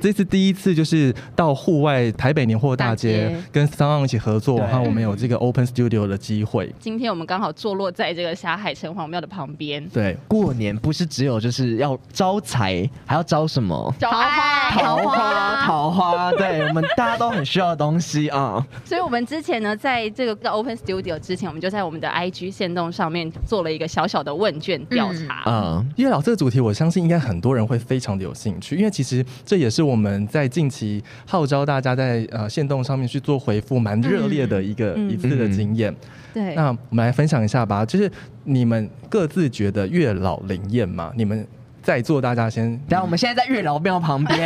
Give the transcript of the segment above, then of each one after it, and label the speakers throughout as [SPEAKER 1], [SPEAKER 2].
[SPEAKER 1] 这次第一次就是到户外台北年货大
[SPEAKER 2] 大
[SPEAKER 1] 街
[SPEAKER 2] 街嗯
[SPEAKER 1] 跟三浪一起合作，
[SPEAKER 3] 对
[SPEAKER 1] 然后我们有这个 Open Studio 的机会。
[SPEAKER 2] 今天我们刚好坐落在这个霞海城隍庙的旁边，
[SPEAKER 1] 对，
[SPEAKER 3] 过年不是只有就是要招财，还要招什么？
[SPEAKER 2] 桃花
[SPEAKER 3] 桃花，桃花，对我们大家都很需要的东西啊。
[SPEAKER 2] 所以我们之前呢，在这个 Open Studio 之前，我们就在我们的 IG 线动上面做了一个小小的问卷调
[SPEAKER 1] 啊
[SPEAKER 2] 查。
[SPEAKER 3] 嗯，
[SPEAKER 1] 月老这个主题，我相信应该很多人会非常的有兴趣，因为其实这也是我们在近期号召大家在呃线动上面去做回复，蛮热烈的一个、
[SPEAKER 2] 嗯
[SPEAKER 1] 一次的经验。
[SPEAKER 2] 对，
[SPEAKER 1] 那我们来分享一下吧，就是你们各自觉得月老灵验吗？你们在座大家先
[SPEAKER 3] 然后我们现在在月老庙旁 边，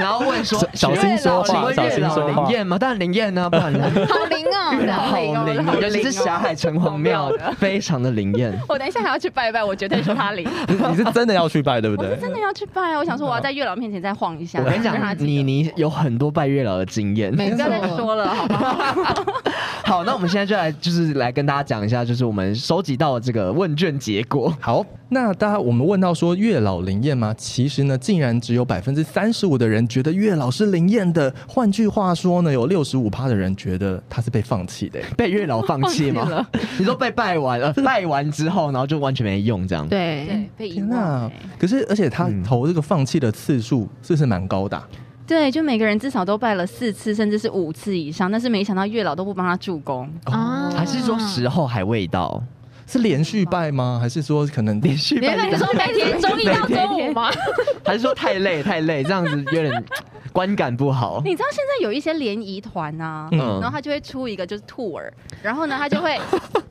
[SPEAKER 3] 然后问说，
[SPEAKER 1] 小心说
[SPEAKER 3] 请
[SPEAKER 1] 话，
[SPEAKER 3] 问
[SPEAKER 1] 小
[SPEAKER 3] 月
[SPEAKER 1] 心
[SPEAKER 3] 老
[SPEAKER 1] 说
[SPEAKER 3] 灵
[SPEAKER 1] 话。
[SPEAKER 3] 验吗？当然灵验呢，啊不然呢？
[SPEAKER 4] 好灵
[SPEAKER 2] 嗯
[SPEAKER 3] 月老
[SPEAKER 4] 哦，
[SPEAKER 3] 好灵 哦，尤其是霞海城隍庙， 非常的灵验。
[SPEAKER 2] 我等一下还要去拜拜，我绝对说 他灵。
[SPEAKER 1] 你你是真的要去拜，对不
[SPEAKER 2] 我
[SPEAKER 1] 对
[SPEAKER 2] 是？真的要去拜啊！我想说，我要在月老面前再晃一下。
[SPEAKER 3] 我跟你
[SPEAKER 2] 让他
[SPEAKER 3] 讲，
[SPEAKER 2] 记得
[SPEAKER 3] 妮妮有很多拜月老的经验。
[SPEAKER 2] 你不要再说了，好不好？
[SPEAKER 3] 好，那我们现在就来，就是来跟大家讲一下，就是我们收集到的这个问卷结果。
[SPEAKER 1] 好，那大家我们问到说月老灵验吗？其实呢，竟然只有百分之三十五的人觉得月老是灵验的。换句话说呢，有六十五趴的人觉得他是被放弃的。
[SPEAKER 3] 被月老放弃
[SPEAKER 2] 放弃
[SPEAKER 3] 吗
[SPEAKER 2] 了？
[SPEAKER 3] 你说被拜完 了，拜完之后，然后就完全没用这样。，
[SPEAKER 2] 对
[SPEAKER 4] 对，，
[SPEAKER 2] 被遗
[SPEAKER 1] 天
[SPEAKER 2] 忘
[SPEAKER 1] 呐
[SPEAKER 2] 欸。！
[SPEAKER 1] 可是而且他
[SPEAKER 3] 嗯
[SPEAKER 1] 投这个放弃的次数是不是蛮高的啊、
[SPEAKER 2] 对，就每个人至少都拜了四次，甚至是五次以上，但是没想到月老都不帮他助攻。
[SPEAKER 4] 啊
[SPEAKER 3] 还是说时候还未到？
[SPEAKER 1] 是连续拜吗？还是说可能
[SPEAKER 3] 连续
[SPEAKER 4] 你
[SPEAKER 3] 拜
[SPEAKER 4] 跟你
[SPEAKER 3] 这样，
[SPEAKER 4] 说每天周一到周五吗？
[SPEAKER 3] 还是说太累太累，这样子有点观感不好。
[SPEAKER 2] 你知道现在有一些联谊团啊，
[SPEAKER 1] 嗯
[SPEAKER 2] 然后他就会出一个就是 tour，然后呢，他就会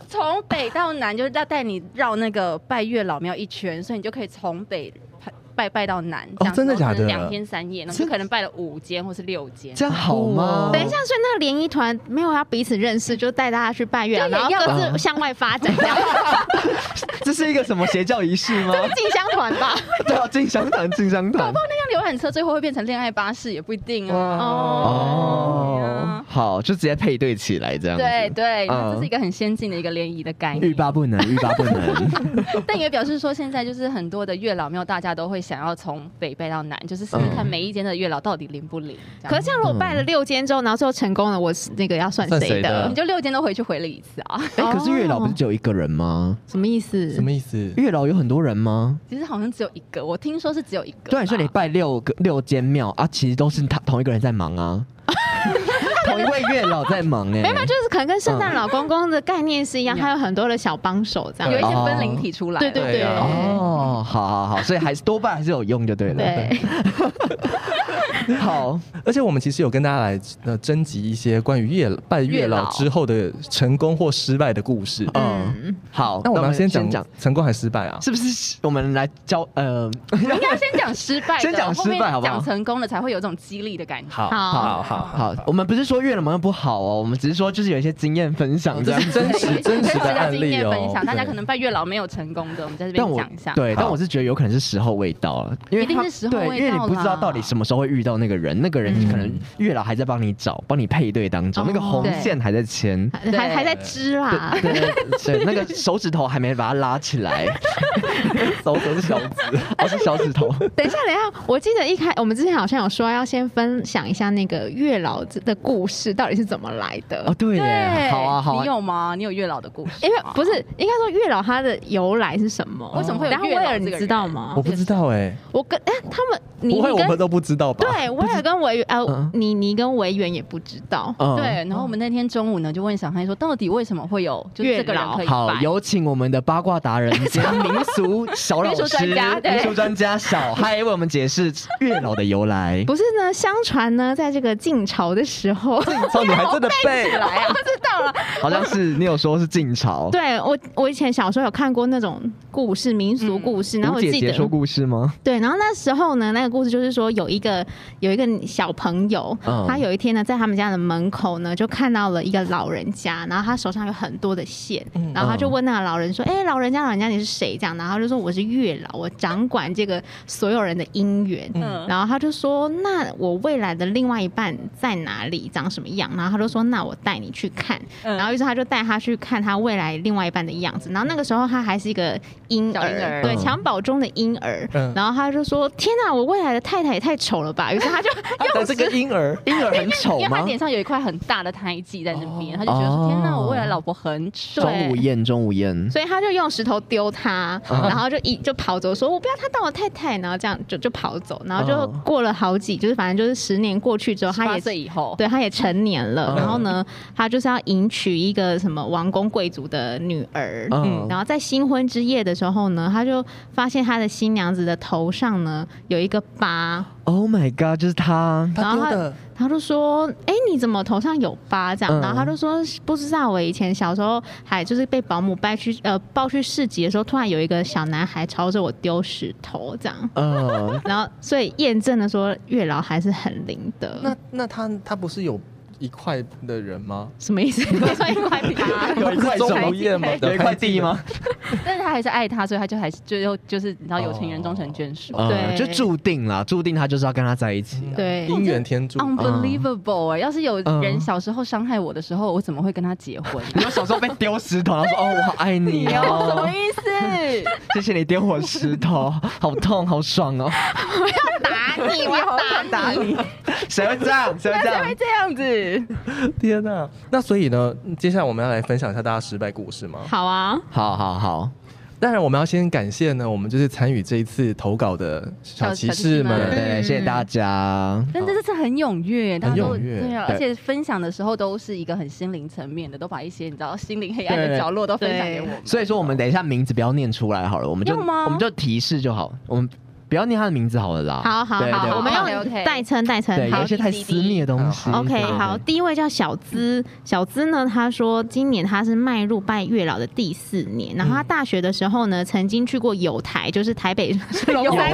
[SPEAKER 2] 从北到南，就是要带你绕那个拜月老庙一圈，所以你就可以从北拜拜拜到南，这样子
[SPEAKER 1] 哦真的
[SPEAKER 2] 然后
[SPEAKER 1] 假的
[SPEAKER 2] 可能两天三夜，然后就可能拜了五间或是六间。
[SPEAKER 3] 这样好吗？
[SPEAKER 4] 哦等一下，所以那个联谊团没有要彼此认识，就带大家去拜月老，啊
[SPEAKER 2] 对
[SPEAKER 4] 然后
[SPEAKER 2] 也要
[SPEAKER 4] 各自向外发 展，这样
[SPEAKER 3] 这是一个什么邪教仪式吗？
[SPEAKER 4] 进香团吧。
[SPEAKER 3] 对啊，进香团，进香团。
[SPEAKER 2] 那样浏览车最后会变成恋爱巴士也不一定啊。
[SPEAKER 3] 哦，好，就直接配对起来这样子。
[SPEAKER 2] 对对，
[SPEAKER 3] 嗯
[SPEAKER 2] 这是一个很先进的一个联谊的概念。
[SPEAKER 3] 欲罢不能，欲罢 不能。
[SPEAKER 2] 但也表示说，现在就是很多的月老庙，大家都会想要从北拜到南，就是试试
[SPEAKER 3] 嗯
[SPEAKER 2] 看每一间的月老到底灵不灵。这样
[SPEAKER 4] 可是这样，如果拜了六间之后，然后最后成功了，我是那个要算
[SPEAKER 1] 算
[SPEAKER 4] 谁
[SPEAKER 1] 谁的
[SPEAKER 2] 你就六间都回去回了一次啊。
[SPEAKER 3] 哎、可是月老不是只有一个人吗？
[SPEAKER 4] 什么意思？
[SPEAKER 1] 什么意思？
[SPEAKER 3] 月老有很多人吗？
[SPEAKER 2] 其实好像只有一个，我听说是只有一个吧。
[SPEAKER 3] 对啊，你说你拜六个六间庙啊，其实都是他同一个人在忙 啊，同一位月老在忙哎、
[SPEAKER 4] 没有，就是可能跟圣诞老公公的概念是一样，还有很多的小帮手这样
[SPEAKER 2] 有一。
[SPEAKER 3] 哦
[SPEAKER 2] 些分灵体出来了。
[SPEAKER 4] 对对对，
[SPEAKER 1] 对啊
[SPEAKER 3] 哦，好好好，所以还是多半还是有用就对了。
[SPEAKER 4] 对，
[SPEAKER 3] 好，
[SPEAKER 1] 而且我们其实有跟大家来呃征集一些关于月拜月
[SPEAKER 2] 月
[SPEAKER 1] 老
[SPEAKER 2] 老
[SPEAKER 1] 之后的成功或失败的故事。
[SPEAKER 3] 嗯，好，
[SPEAKER 1] 那我们要先讲
[SPEAKER 3] 讲，
[SPEAKER 1] 成功还是失败啊？
[SPEAKER 3] 是不是我们来教呃，
[SPEAKER 2] 应该先讲失败的，
[SPEAKER 3] 先讲失败好不好
[SPEAKER 2] 后面讲成功了才会有这种激励的感觉。
[SPEAKER 1] 好
[SPEAKER 4] 好
[SPEAKER 1] 好
[SPEAKER 3] 好，我们不是说月老们不好哦，我们只是说就是有一些经验分享这
[SPEAKER 1] 哦这
[SPEAKER 3] 样。
[SPEAKER 2] 对
[SPEAKER 1] 是真
[SPEAKER 2] 有
[SPEAKER 1] 实
[SPEAKER 2] 一些
[SPEAKER 1] 真实的案
[SPEAKER 2] 经
[SPEAKER 1] 例
[SPEAKER 2] 验
[SPEAKER 1] 哦。
[SPEAKER 2] 分享，大家
[SPEAKER 1] 对
[SPEAKER 2] 可能拜月老没有成功的，我们在这
[SPEAKER 3] 但
[SPEAKER 2] 边
[SPEAKER 3] 我
[SPEAKER 2] 讲一下。
[SPEAKER 3] 对，
[SPEAKER 1] 好
[SPEAKER 3] 但我是觉得有可能是时候未到了，因为
[SPEAKER 2] 一定
[SPEAKER 3] 他
[SPEAKER 2] 是时候
[SPEAKER 3] 对
[SPEAKER 2] 未
[SPEAKER 3] 因为你
[SPEAKER 2] 到
[SPEAKER 3] 不知道
[SPEAKER 2] 啦
[SPEAKER 3] 到底什么时候会遇到那个人，那个人
[SPEAKER 1] 嗯
[SPEAKER 3] 可能月老还在帮你找，帮你配对当中，那个
[SPEAKER 4] 哦
[SPEAKER 3] 红
[SPEAKER 2] 对
[SPEAKER 3] 线还在牵，
[SPEAKER 2] 对
[SPEAKER 4] 还还在织啦。
[SPEAKER 3] 对对，那个手指头还没把它拉起 来，手指是小指，哦是小指头，
[SPEAKER 4] 等一下，等一下，我记得一开我们之前好像有说要先分享一下那个月老的故事到底是怎么来的。
[SPEAKER 3] 哦对耶，
[SPEAKER 2] 对，
[SPEAKER 3] 好啊好
[SPEAKER 2] 你
[SPEAKER 3] 啊，
[SPEAKER 2] 有吗？你有月老的故事吗？
[SPEAKER 4] 因为不是应该说月老他的由来是什么？
[SPEAKER 2] 为什么会有
[SPEAKER 4] 然后
[SPEAKER 2] 月老
[SPEAKER 4] 威尔
[SPEAKER 2] 这
[SPEAKER 4] 你
[SPEAKER 2] 个
[SPEAKER 4] 知道
[SPEAKER 2] 人
[SPEAKER 4] 吗
[SPEAKER 1] 我？不知道哎，
[SPEAKER 4] 我跟哎他们你
[SPEAKER 1] 不会
[SPEAKER 4] 你
[SPEAKER 1] 我们
[SPEAKER 4] 跟
[SPEAKER 1] 都不知道哎吧？
[SPEAKER 4] 对威尔跟维呃
[SPEAKER 3] 嗯
[SPEAKER 4] 你你跟维园也不知道。
[SPEAKER 3] 嗯
[SPEAKER 2] 对，然后我们那天中午呢，就问小黑说，到底为什么会有就是这个人可以
[SPEAKER 3] 好，
[SPEAKER 2] 拜
[SPEAKER 3] 有请我们的八卦达人兼民俗小老
[SPEAKER 2] 民俗
[SPEAKER 3] 师、
[SPEAKER 2] 专家对
[SPEAKER 3] 民俗专家小嗨为我们解释月老的由来。
[SPEAKER 4] 不是呢，相传呢，在这个晋朝的时候，
[SPEAKER 1] 操，你还 真的背
[SPEAKER 2] 来啊？
[SPEAKER 4] 知道了。
[SPEAKER 3] 好像是你有说是晋朝，
[SPEAKER 4] 对我，我以前小时候有看过那种故事、民俗故事，然后
[SPEAKER 3] 吴
[SPEAKER 4] 我
[SPEAKER 3] 嗯姐
[SPEAKER 4] 记
[SPEAKER 3] 姐说
[SPEAKER 4] 得
[SPEAKER 3] 故事吗？
[SPEAKER 4] 对，然后那时候呢，那个故事就是说有一个有一个小朋友，
[SPEAKER 3] 嗯
[SPEAKER 4] 他有一天呢，在他们家的门口呢，就看到了一个老人家，然后他手上有很多的线，
[SPEAKER 2] 嗯
[SPEAKER 4] 然后他就问那个老人说：“哎、老人家，老人家你是谁？”这样，然后他就说：“我是月老，我掌管这个所有人的姻缘。
[SPEAKER 2] 嗯
[SPEAKER 4] 然后他就说：“那我未来的另外一半在哪里，长什么样？”然后他就说：“那我带你去看。
[SPEAKER 2] 嗯
[SPEAKER 4] 然后于是他就带他去看他未来另外一半的样子。然后那个时候他还是一个婴
[SPEAKER 2] 小
[SPEAKER 4] 儿，
[SPEAKER 2] 婴儿
[SPEAKER 4] 对，
[SPEAKER 3] 嗯
[SPEAKER 4] 襁褓中的婴儿。
[SPEAKER 1] 嗯
[SPEAKER 4] 然后他就说：“天哪，我未来的太太也太丑了吧！”于是他就
[SPEAKER 3] 但这个婴儿，婴儿很丑
[SPEAKER 2] 因为他
[SPEAKER 3] 吗？
[SPEAKER 2] 脸上有一块很大的胎记在那边，他就觉得说：“
[SPEAKER 3] 哦
[SPEAKER 2] 天哪，我未来老婆很丑。
[SPEAKER 3] 钟无艳，钟无艳，
[SPEAKER 4] 所以他就用石头丢他，
[SPEAKER 2] 啊
[SPEAKER 3] 嗯
[SPEAKER 4] 然后就一就跑走，说我不要他当我太太，然后这样就就跑走，然后就
[SPEAKER 3] 嗯
[SPEAKER 4] 过了好几，就是反正就是十年过去之”后，他
[SPEAKER 2] 啊八
[SPEAKER 4] 也
[SPEAKER 2] 岁以啊后，
[SPEAKER 4] 对，他也成年了，
[SPEAKER 3] 嗯
[SPEAKER 4] 然后呢，他就是要迎娶一个什么王公贵族的女儿，
[SPEAKER 2] 啊
[SPEAKER 3] 嗯
[SPEAKER 4] 然后在新婚之夜的时候呢，他就发现他的新娘子的头上呢有一个疤，
[SPEAKER 3] ，Oh my god，就是他，
[SPEAKER 1] 他丢
[SPEAKER 4] 然
[SPEAKER 1] 的
[SPEAKER 4] 他就说：“哎、你怎么头上有疤？”这样，
[SPEAKER 3] 嗯
[SPEAKER 4] 然后他就说：“不知道，我以前小时候还就是被保姆带去呃抱去市集的时候，突然有一个小男孩朝着我丢石头，这样。
[SPEAKER 3] 呃，
[SPEAKER 4] 然后，所以验证了说月老还是很灵的
[SPEAKER 1] 那。那他他不是有一块的人吗？
[SPEAKER 4] 什么 意思？算一块疤？
[SPEAKER 1] 有一块钟无艳吗？
[SPEAKER 3] 有一块地吗？
[SPEAKER 2] 但是他还是爱他，所以他就还是最后就是你知道有情人终成眷属。
[SPEAKER 3] 呃
[SPEAKER 4] 对
[SPEAKER 3] 就注定啦，注定他就是要跟他在一起啊。
[SPEAKER 4] 对，
[SPEAKER 1] 姻缘天注。
[SPEAKER 2] 嗯 Unbelievable！哎、要是有
[SPEAKER 3] 嗯
[SPEAKER 2] 人小时候伤害我的时候，我怎么会跟他结婚、
[SPEAKER 3] 你说小时候被丢石头，然后说：“哦，我好爱 你哦，
[SPEAKER 2] 意思？
[SPEAKER 3] 谢谢你丢我石头，好痛，好爽哦。
[SPEAKER 4] 打 你，我要打你。
[SPEAKER 2] 打你，”
[SPEAKER 3] 谁会这样？谁会这
[SPEAKER 2] 才会
[SPEAKER 3] 样？
[SPEAKER 2] 这样
[SPEAKER 3] 哦
[SPEAKER 2] 子。
[SPEAKER 1] 天呐、 那所以呢，接下来我们要来分享一下大家失败故事吗？
[SPEAKER 4] 好啊，
[SPEAKER 3] 好好好，
[SPEAKER 1] 当然，我们要先感谢呢，我们就是参与这一次投稿的小骑士
[SPEAKER 2] 小骑士
[SPEAKER 1] 们
[SPEAKER 2] 们。
[SPEAKER 3] 对，
[SPEAKER 4] 嗯
[SPEAKER 3] 谢谢大家。
[SPEAKER 2] 但这次很踊跃，大家都
[SPEAKER 1] 很踊跃
[SPEAKER 2] 对啊，
[SPEAKER 3] 对
[SPEAKER 2] 而且分享的时候都是一个很心灵层面的，都把一些你知道心灵黑暗
[SPEAKER 3] 对
[SPEAKER 2] 的角落都分享给我们。
[SPEAKER 3] 所以说，我们等一下名字不要念出来好了，我们就
[SPEAKER 2] 要吗
[SPEAKER 3] 我们就提示就好，我们不要念他的名字好了啦。
[SPEAKER 4] 好好
[SPEAKER 3] 对对
[SPEAKER 4] 好，我们
[SPEAKER 2] OK，OK
[SPEAKER 4] 用代称代称
[SPEAKER 3] 对，，
[SPEAKER 4] 好
[SPEAKER 3] 有一些太
[SPEAKER 4] 滴
[SPEAKER 3] 私
[SPEAKER 4] 滴
[SPEAKER 3] 密的东西。
[SPEAKER 1] 好
[SPEAKER 3] 对
[SPEAKER 4] OK，好，，第一位叫小资，小资呢，他说今年他是迈入拜月老的第四年，然
[SPEAKER 3] 嗯
[SPEAKER 4] 后他大学的时候呢，曾经去过有台，就是台北龙山
[SPEAKER 2] 有
[SPEAKER 4] 寺。
[SPEAKER 2] 台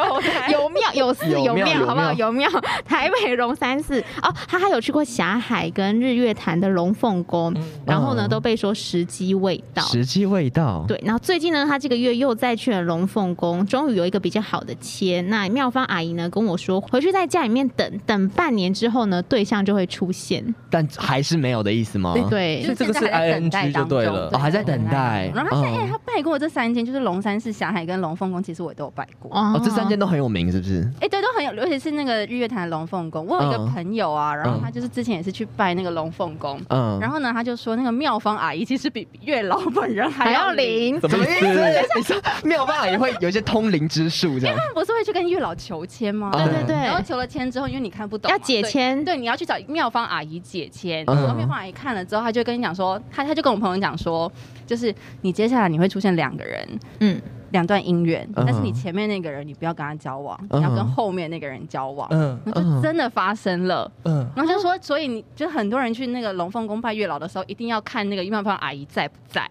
[SPEAKER 2] 有台
[SPEAKER 4] 有庙有寺
[SPEAKER 3] 有
[SPEAKER 4] 有
[SPEAKER 3] 庙有
[SPEAKER 4] 庙，好不好？
[SPEAKER 3] 庙
[SPEAKER 4] 有庙，台北龙山寺哦，他还有去过霞海跟日月潭的龙凤宫，然后呢
[SPEAKER 3] 嗯
[SPEAKER 4] 都被说时机未
[SPEAKER 3] 对
[SPEAKER 4] 到
[SPEAKER 3] 对。时机未到。
[SPEAKER 4] 对，然后最近呢，他这个月又再去了龙凤宫，终于有一个比较好的签。那妙芳阿姨呢跟我说，回去在家里面等等半年之后呢，对象就会出现。
[SPEAKER 3] 但还是没有的意思吗？
[SPEAKER 4] 哎对，
[SPEAKER 1] 所以这个是
[SPEAKER 2] 就是现在还在等待
[SPEAKER 1] ING 就对了
[SPEAKER 2] 当，
[SPEAKER 3] 哦，
[SPEAKER 2] 中
[SPEAKER 3] 还在等待。
[SPEAKER 2] 然后他现在、
[SPEAKER 3] 嗯
[SPEAKER 2] 哎他拜过这三间，就是龙山寺、霞海跟龙凤宫，其实我也都有拜过。
[SPEAKER 4] 哦
[SPEAKER 3] 哦，这三件都很有名，是不是？
[SPEAKER 2] 哎、对，都很有，尤其是那个日月潭龙凤宫。我有一个
[SPEAKER 3] 嗯
[SPEAKER 2] 朋友啊，然后
[SPEAKER 3] 嗯
[SPEAKER 2] 他就是之前也是去拜那个龙凤宫，
[SPEAKER 3] 嗯，
[SPEAKER 2] 然后呢，他就说那个妙方阿姨其实比月老本人还
[SPEAKER 4] 还
[SPEAKER 2] 要
[SPEAKER 4] 要
[SPEAKER 2] 灵，
[SPEAKER 4] 零。
[SPEAKER 1] 怎么意思？
[SPEAKER 3] 你说没有办法，也会有一些通灵之术这样。
[SPEAKER 2] 他们不是会去跟月老求签吗？
[SPEAKER 3] 对
[SPEAKER 4] 对对
[SPEAKER 2] 然后求了签之后，因为你看不懂嘛，
[SPEAKER 4] 嗯要解
[SPEAKER 2] 对
[SPEAKER 4] 签
[SPEAKER 2] 对，你要去找妙方阿姨解签。
[SPEAKER 3] 嗯
[SPEAKER 2] 然后妙方阿姨看了之后，她就跟你讲说，她她就跟我朋友讲说，就是你接下来你会出现两个人，
[SPEAKER 4] 嗯，
[SPEAKER 2] 两段姻缘，
[SPEAKER 3] 嗯
[SPEAKER 2] 但是你前面那个人你不要跟他交往，
[SPEAKER 3] 嗯
[SPEAKER 2] 你要跟后面那个人交往。
[SPEAKER 1] 嗯
[SPEAKER 2] 那就真的发生了，
[SPEAKER 1] 嗯，
[SPEAKER 2] 然后就说，
[SPEAKER 4] 哦
[SPEAKER 2] 所以你就很多人去那个龙凤宫拜月老的时候，一定要看那个妙方阿姨在不在。
[SPEAKER 3] 哦
[SPEAKER 1] 嗯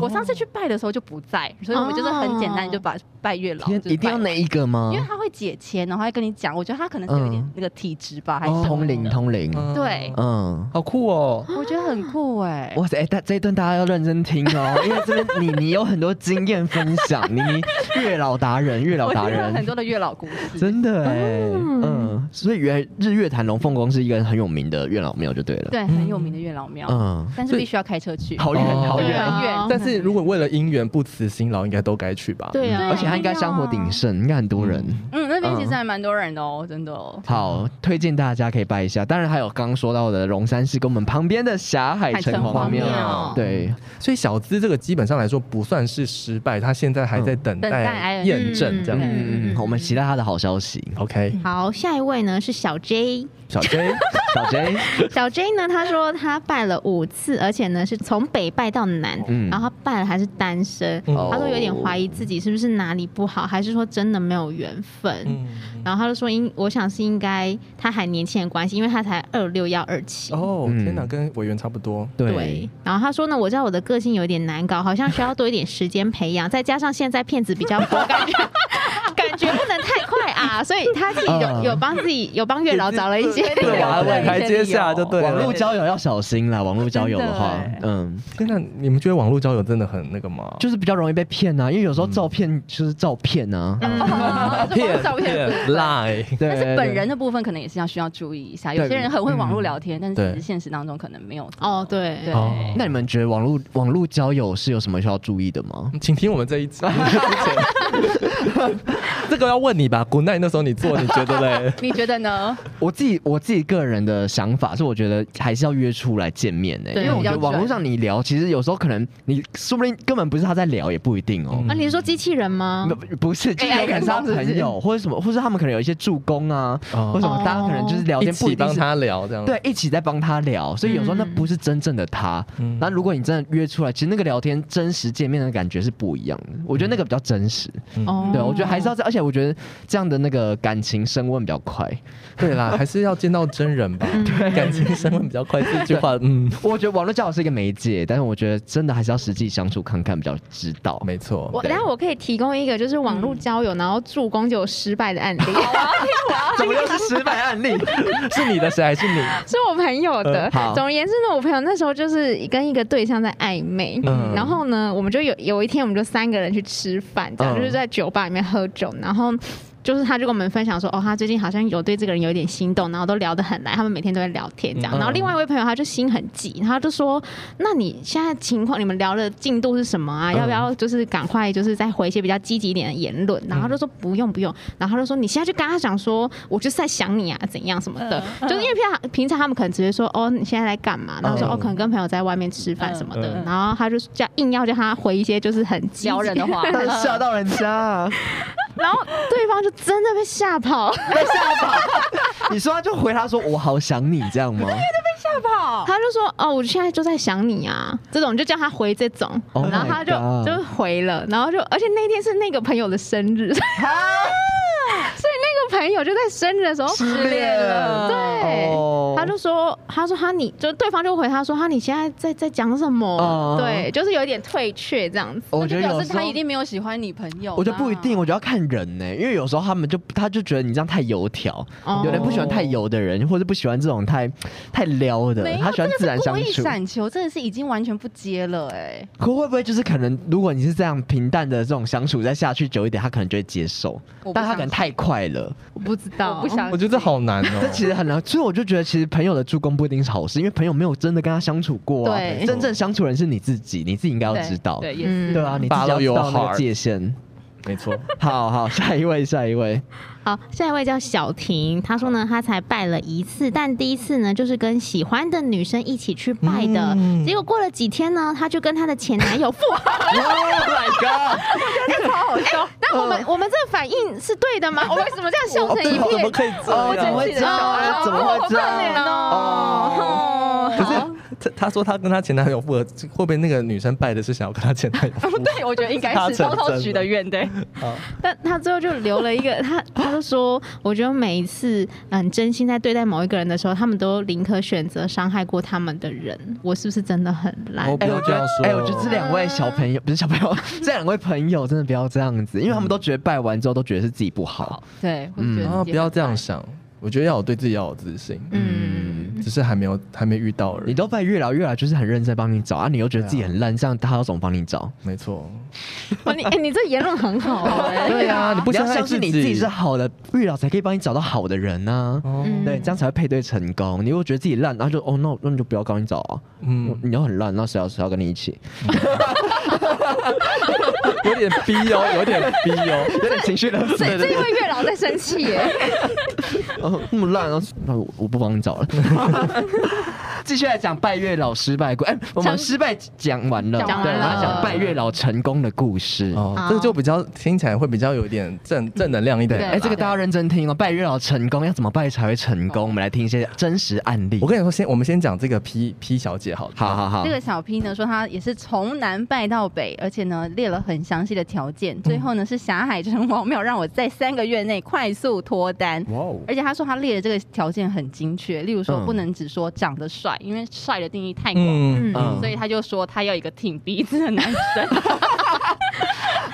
[SPEAKER 2] 我上次去拜的时候就不在，所以我们就是很简单
[SPEAKER 4] 哦
[SPEAKER 2] 就把拜月老
[SPEAKER 3] 天，
[SPEAKER 2] 就是
[SPEAKER 3] 一定要
[SPEAKER 2] 拜完
[SPEAKER 3] 那一个吗
[SPEAKER 2] 因？为他会解签，然后会跟你讲，我觉得他可能是有一点
[SPEAKER 3] 嗯
[SPEAKER 2] 那个体质吧，还是什
[SPEAKER 1] 哦
[SPEAKER 2] 么
[SPEAKER 3] 通灵，啊
[SPEAKER 2] 的
[SPEAKER 3] 通灵。
[SPEAKER 1] 嗯
[SPEAKER 2] 对
[SPEAKER 3] 嗯，
[SPEAKER 1] 好酷哦！
[SPEAKER 2] 我觉得很酷哎、
[SPEAKER 3] 哇塞，哎大这一段大家要认真听哦，因为这边你你有很多经验分享，你你月老达人，月老
[SPEAKER 2] 我
[SPEAKER 3] 达
[SPEAKER 2] 听了很
[SPEAKER 3] 人，
[SPEAKER 2] 多的月老故事，
[SPEAKER 3] 真的哎，嗯，所以原来日月潭龙凤宫是一个很有名的月老庙就对了。
[SPEAKER 2] 对，很有名的月老庙，
[SPEAKER 3] 嗯，
[SPEAKER 2] 但是
[SPEAKER 1] 所以
[SPEAKER 2] 必须要开车去，
[SPEAKER 3] 好远
[SPEAKER 1] 哦
[SPEAKER 3] 好
[SPEAKER 2] 对
[SPEAKER 3] 远，
[SPEAKER 2] 啊
[SPEAKER 4] 好
[SPEAKER 2] 很
[SPEAKER 4] 远
[SPEAKER 2] 远。
[SPEAKER 1] 但是如果为了姻缘不辞辛劳，应该都该去吧？
[SPEAKER 4] 对啊，
[SPEAKER 2] 对
[SPEAKER 3] 而且他应该香火鼎盛，应该很多人。
[SPEAKER 2] 嗯，那边其实还蛮多人的哦，真的哦。
[SPEAKER 3] 好，推荐大家可以拜一下。当然还有刚刚说到的龙山寺跟我们旁边的霞海城隍
[SPEAKER 2] 海城啊
[SPEAKER 4] 隍
[SPEAKER 3] 庙
[SPEAKER 4] 庙，
[SPEAKER 3] 对，
[SPEAKER 1] 所以小资这个基本上来说不算是失败，他现在还在等
[SPEAKER 2] 等
[SPEAKER 1] 待
[SPEAKER 2] 待
[SPEAKER 1] 验证这
[SPEAKER 3] 嗯，
[SPEAKER 1] 样。
[SPEAKER 3] 嗯嗯我们期待他的好消息。
[SPEAKER 1] OK，
[SPEAKER 4] 好，下一位呢是小 J，
[SPEAKER 1] 小 J，
[SPEAKER 3] 小 J，
[SPEAKER 4] 小 J 呢他说他拜了五次，而且呢是从北拜到南，
[SPEAKER 3] 嗯
[SPEAKER 4] 然后他拜了还是单身，
[SPEAKER 1] 嗯
[SPEAKER 3] 哦
[SPEAKER 4] 他都有点怀疑自己是不是哪里不好，还是说真的没有缘分。
[SPEAKER 1] 嗯，
[SPEAKER 4] 然后他就说应，我想是应该他还年轻的关系，因为他才二六幺二七。
[SPEAKER 1] 哦，
[SPEAKER 3] 嗯
[SPEAKER 1] 天哪，跟委员差不多。
[SPEAKER 4] 对，，然后他说呢，我知道我的个性有点难搞，好像需要多一点时间培养，再加上现在骗子比较多，感觉感觉不能太快啊，所以他自己有
[SPEAKER 3] 嗯
[SPEAKER 4] 有帮自己有帮月老找了一些
[SPEAKER 2] 对
[SPEAKER 1] 啊
[SPEAKER 2] 有
[SPEAKER 1] 台阶下就对了
[SPEAKER 3] 网络交友要小心啦，网络交友的话
[SPEAKER 2] 真的欸，
[SPEAKER 3] 嗯，
[SPEAKER 1] 天哪，你们觉得网络交友真的很那个吗？
[SPEAKER 3] 就是比较容易被骗啊，因为有时候照片就是照片啊，
[SPEAKER 2] 哦这网络照片的部分
[SPEAKER 1] 赖，
[SPEAKER 3] 对嗯
[SPEAKER 2] 但是本人的部分可能也是要需要注意一下，有些人很会网络聊天，但是其实现实当中可能没有。
[SPEAKER 4] 哦，对
[SPEAKER 2] 对，
[SPEAKER 1] 哦
[SPEAKER 3] 那你们觉得网络网络交友是有什么需要注意的吗？
[SPEAKER 1] 请听我们这一集。 这个要问你吧，古奈那时候你做，你觉得 嘞？
[SPEAKER 2] 你觉得呢？
[SPEAKER 3] 我自己我自己个人的想法是，我觉得还是要约出来见面呢、
[SPEAKER 4] 对
[SPEAKER 3] 因为我觉
[SPEAKER 2] 比较
[SPEAKER 3] 得网络
[SPEAKER 2] 准
[SPEAKER 3] 上你聊，其实有时候可能你说不定根本不是他在聊，也不一定哦、
[SPEAKER 1] 嗯
[SPEAKER 4] 啊，你是说机器人吗
[SPEAKER 3] 没？有不是，就是有可能是他朋友，或者什么，或是他们可能有一些助攻啊，
[SPEAKER 1] 哦
[SPEAKER 3] 或什么，大家可能就是聊
[SPEAKER 1] 一
[SPEAKER 3] 天不
[SPEAKER 1] 起
[SPEAKER 3] 一定
[SPEAKER 1] 帮
[SPEAKER 3] 是
[SPEAKER 1] 他聊这样。
[SPEAKER 3] 对，一起在帮他聊，所以有时候那
[SPEAKER 4] 嗯
[SPEAKER 3] 不是真正的他。
[SPEAKER 1] 嗯
[SPEAKER 3] 那、如果你真的约出来，其实那个聊天真实见面的感觉是不一样的，我觉得那个比较真实。
[SPEAKER 4] 哦，
[SPEAKER 3] 对，我觉得还是要在，而且我觉得这样的那个感情升温比较快。
[SPEAKER 1] 对啦，还是要见到真人吧，
[SPEAKER 3] 嗯
[SPEAKER 1] 感情升温比较快。这句话，嗯，
[SPEAKER 3] 我觉得网络交友是一个媒介，但是我觉得真的还是要实际相处看看比较知道。
[SPEAKER 1] 没错。
[SPEAKER 4] 我，
[SPEAKER 3] 对嗯
[SPEAKER 4] 然后我可以提供一个就是网络交友，然后助攻就有失败的案例，
[SPEAKER 3] 啊
[SPEAKER 4] 是
[SPEAKER 3] 怎么又是失败案例？
[SPEAKER 1] 是你的谁还是 你？
[SPEAKER 4] 我朋友的
[SPEAKER 3] 嗯好。
[SPEAKER 4] 总而言之呢，我朋友那时候就是跟一个对象在暧昧，
[SPEAKER 1] 嗯
[SPEAKER 4] 然后呢，我们就有有一天我们就三个人去吃饭，这样、
[SPEAKER 3] 嗯
[SPEAKER 4] 就是在酒吧里面喝酒，然后。就是他就跟我们分享说，哦，他最近好像有对这个人有点心动，然后都聊得很来，他们每天都会聊天这样。
[SPEAKER 1] 嗯
[SPEAKER 4] 然后另外一位朋友他就心很急，然后他就说，那你现在情况，你们聊的进度是什么啊？
[SPEAKER 1] 嗯
[SPEAKER 4] 要不要就是赶快就是再回一些比较积极一点的言论？然后他就说不用不用，然后他就说你现在就跟他讲说，我就是在想你啊，怎样什么的，就是因为平常平常他们可能直接说，哦，你现在在干嘛？然后说、
[SPEAKER 1] 嗯
[SPEAKER 4] 哦，可能跟朋友在外面吃饭什么的，
[SPEAKER 1] 嗯嗯
[SPEAKER 4] 然后他就这样硬要叫他回一些就是很积极
[SPEAKER 2] 撩人的，话，
[SPEAKER 3] 但是吓到人家、啊，
[SPEAKER 4] 然后 对方就真的被吓跑，
[SPEAKER 3] 你说他就回他说我好想你这样吗？
[SPEAKER 4] 他就说哦，我现在就在想你啊，这种就叫他回这种，
[SPEAKER 3] Oh
[SPEAKER 4] 然后他就
[SPEAKER 3] my god
[SPEAKER 4] 就回了，然后就而且那天是那个朋友的生日，所以那个朋友就在生日的时候
[SPEAKER 3] 失恋了
[SPEAKER 4] 对，
[SPEAKER 3] 哦
[SPEAKER 4] 他就说，他说他你就对方就回他说他你现在在在讲什么？
[SPEAKER 3] 哦
[SPEAKER 4] 对，就是有一点退却这样子。
[SPEAKER 3] 我觉得
[SPEAKER 2] 表
[SPEAKER 3] 有
[SPEAKER 2] 示
[SPEAKER 3] 时候
[SPEAKER 2] 他一定没有喜欢你朋友。
[SPEAKER 3] 我觉得不一定，。我觉得要看人呢、因为有时候他们就他就觉得你这样太油条，
[SPEAKER 4] 哦
[SPEAKER 3] 有人不喜欢太油的人，或者不喜欢这种太太撩的
[SPEAKER 2] 没，有，
[SPEAKER 3] 他喜欢自然
[SPEAKER 2] 这
[SPEAKER 3] 相
[SPEAKER 2] 个是故意
[SPEAKER 3] 处。
[SPEAKER 2] 闪球真的是已经完全不接了哎、
[SPEAKER 3] 可会不会就是可能，如果你是这样平淡的这种相处再下去久一点，他可能就会接受
[SPEAKER 2] 我不，
[SPEAKER 3] 但他可能
[SPEAKER 2] 相信
[SPEAKER 3] 太快了，
[SPEAKER 4] 我不知道，
[SPEAKER 2] 我不想
[SPEAKER 1] 我觉得这好难哦。
[SPEAKER 3] 这其实很难。所以我就觉得，其实朋友的助攻不一定是好事，因为朋友没有真的跟他相处过啊。
[SPEAKER 4] 对
[SPEAKER 3] 真正相处的人是你自己，你自己应该要知道。
[SPEAKER 2] 对，嗯
[SPEAKER 3] 对
[SPEAKER 2] 也是。
[SPEAKER 3] 啊，你自己要知
[SPEAKER 1] Follow
[SPEAKER 3] 道那
[SPEAKER 1] your heart
[SPEAKER 3] 个界限。
[SPEAKER 1] 没错，
[SPEAKER 3] 好好，下一位，下一位。
[SPEAKER 4] 好，下一位叫小婷，她
[SPEAKER 3] 嗯
[SPEAKER 4] 说呢，她才拜了一次，但第一次呢，就是跟喜欢的女生一起去拜的，
[SPEAKER 1] 嗯
[SPEAKER 4] 结果过了几天呢，她就跟她的前男友复 合。
[SPEAKER 3] Oh my god！
[SPEAKER 4] 那我们我们这个反应是对的吗？我为什么这样笑成一
[SPEAKER 1] 怎么
[SPEAKER 4] 片？
[SPEAKER 1] 可以这
[SPEAKER 3] 哦，怎
[SPEAKER 1] 样
[SPEAKER 3] 么？会这样？怎么会这
[SPEAKER 4] 哦
[SPEAKER 3] 样？哦，
[SPEAKER 2] 哦，
[SPEAKER 1] 可是他他说他跟他前男友复合，会不会那个女生拜的是想要跟他前男友复合？
[SPEAKER 2] 对， 我觉得应该是
[SPEAKER 3] 啊
[SPEAKER 2] 偷偷许的愿，对，
[SPEAKER 4] 但她最后就留了一个，她她就说，我觉得每一次嗯真心在对待某一个人的时候，他们都宁可选择伤害过他们的人，我是不是真的很烂？
[SPEAKER 1] 哦 不
[SPEAKER 3] 哎，
[SPEAKER 1] 要
[SPEAKER 3] 我觉
[SPEAKER 1] 这样
[SPEAKER 3] 得，
[SPEAKER 1] 说。
[SPEAKER 3] 哎，我觉得这两位小朋友不是小朋 友，这两位朋友真的不要这样子，因为他们都觉得拜完之后都觉得是自己不好。
[SPEAKER 2] 对，我
[SPEAKER 3] 嗯
[SPEAKER 2] 觉得、
[SPEAKER 1] 啊，不要这样。想。我觉得要有对自己要有自信，
[SPEAKER 4] 嗯，
[SPEAKER 1] 只是还没有还没遇到而
[SPEAKER 3] 你
[SPEAKER 1] 已。
[SPEAKER 3] 都拜月老，月老就是很认真帮你找啊，你又觉得自己很烂，这样他要怎么帮你找？
[SPEAKER 1] 没错，
[SPEAKER 4] 哦你哎、你这言论很好哎、
[SPEAKER 1] 对啊，你不
[SPEAKER 3] 你要
[SPEAKER 1] 相
[SPEAKER 3] 相
[SPEAKER 1] 信
[SPEAKER 3] 信你自己是好的，月老才可以帮你找到好的人呢、啊。
[SPEAKER 1] 哦
[SPEAKER 4] 嗯
[SPEAKER 3] 对，这样才会配对成功。你如果觉得自己烂，然后就哦，那那你就不要帮你找啊。
[SPEAKER 1] 嗯，
[SPEAKER 3] 你又很烂，那谁要谁要跟你一起？
[SPEAKER 1] 有点逼哦，有点 逼哦。
[SPEAKER 3] 有点情绪勒索。
[SPEAKER 4] 这因为月老在生气耶、
[SPEAKER 3] 哦 哦，那么烂啊！那我我不帮你找了。继续来讲拜月老失败故，哎、我们
[SPEAKER 4] 成
[SPEAKER 3] 失败讲完了，
[SPEAKER 4] 讲完
[SPEAKER 3] 对，我们
[SPEAKER 4] 了
[SPEAKER 3] 要讲拜月老成功的故事。
[SPEAKER 1] 哦
[SPEAKER 4] 哦，
[SPEAKER 1] 这个就比较听起来会比较有一点正正能量一点
[SPEAKER 4] 对
[SPEAKER 1] 啦。
[SPEAKER 3] 哎、这个大家认真听哦，拜月老成功要怎么拜才会成功？我们来听一些真实案例。
[SPEAKER 1] 哦我跟你说，先我们先讲这个 P P 小姐好了，
[SPEAKER 3] 好好 好
[SPEAKER 2] 这，个小 P 呢说他也是从南拜到北，而且呢列了很详细的条
[SPEAKER 3] 嗯
[SPEAKER 2] 件，最后呢是霞海城隍庙让我在三个月内快速脱单。
[SPEAKER 1] 哇哦，
[SPEAKER 2] 而且他说他列的这个条件很精确，例如说
[SPEAKER 3] 嗯
[SPEAKER 2] 不能只说长得帅，因为帅的定义太广，
[SPEAKER 1] 嗯
[SPEAKER 4] 嗯
[SPEAKER 3] 嗯
[SPEAKER 2] 所以他就说他要一个挺鼻子的男生。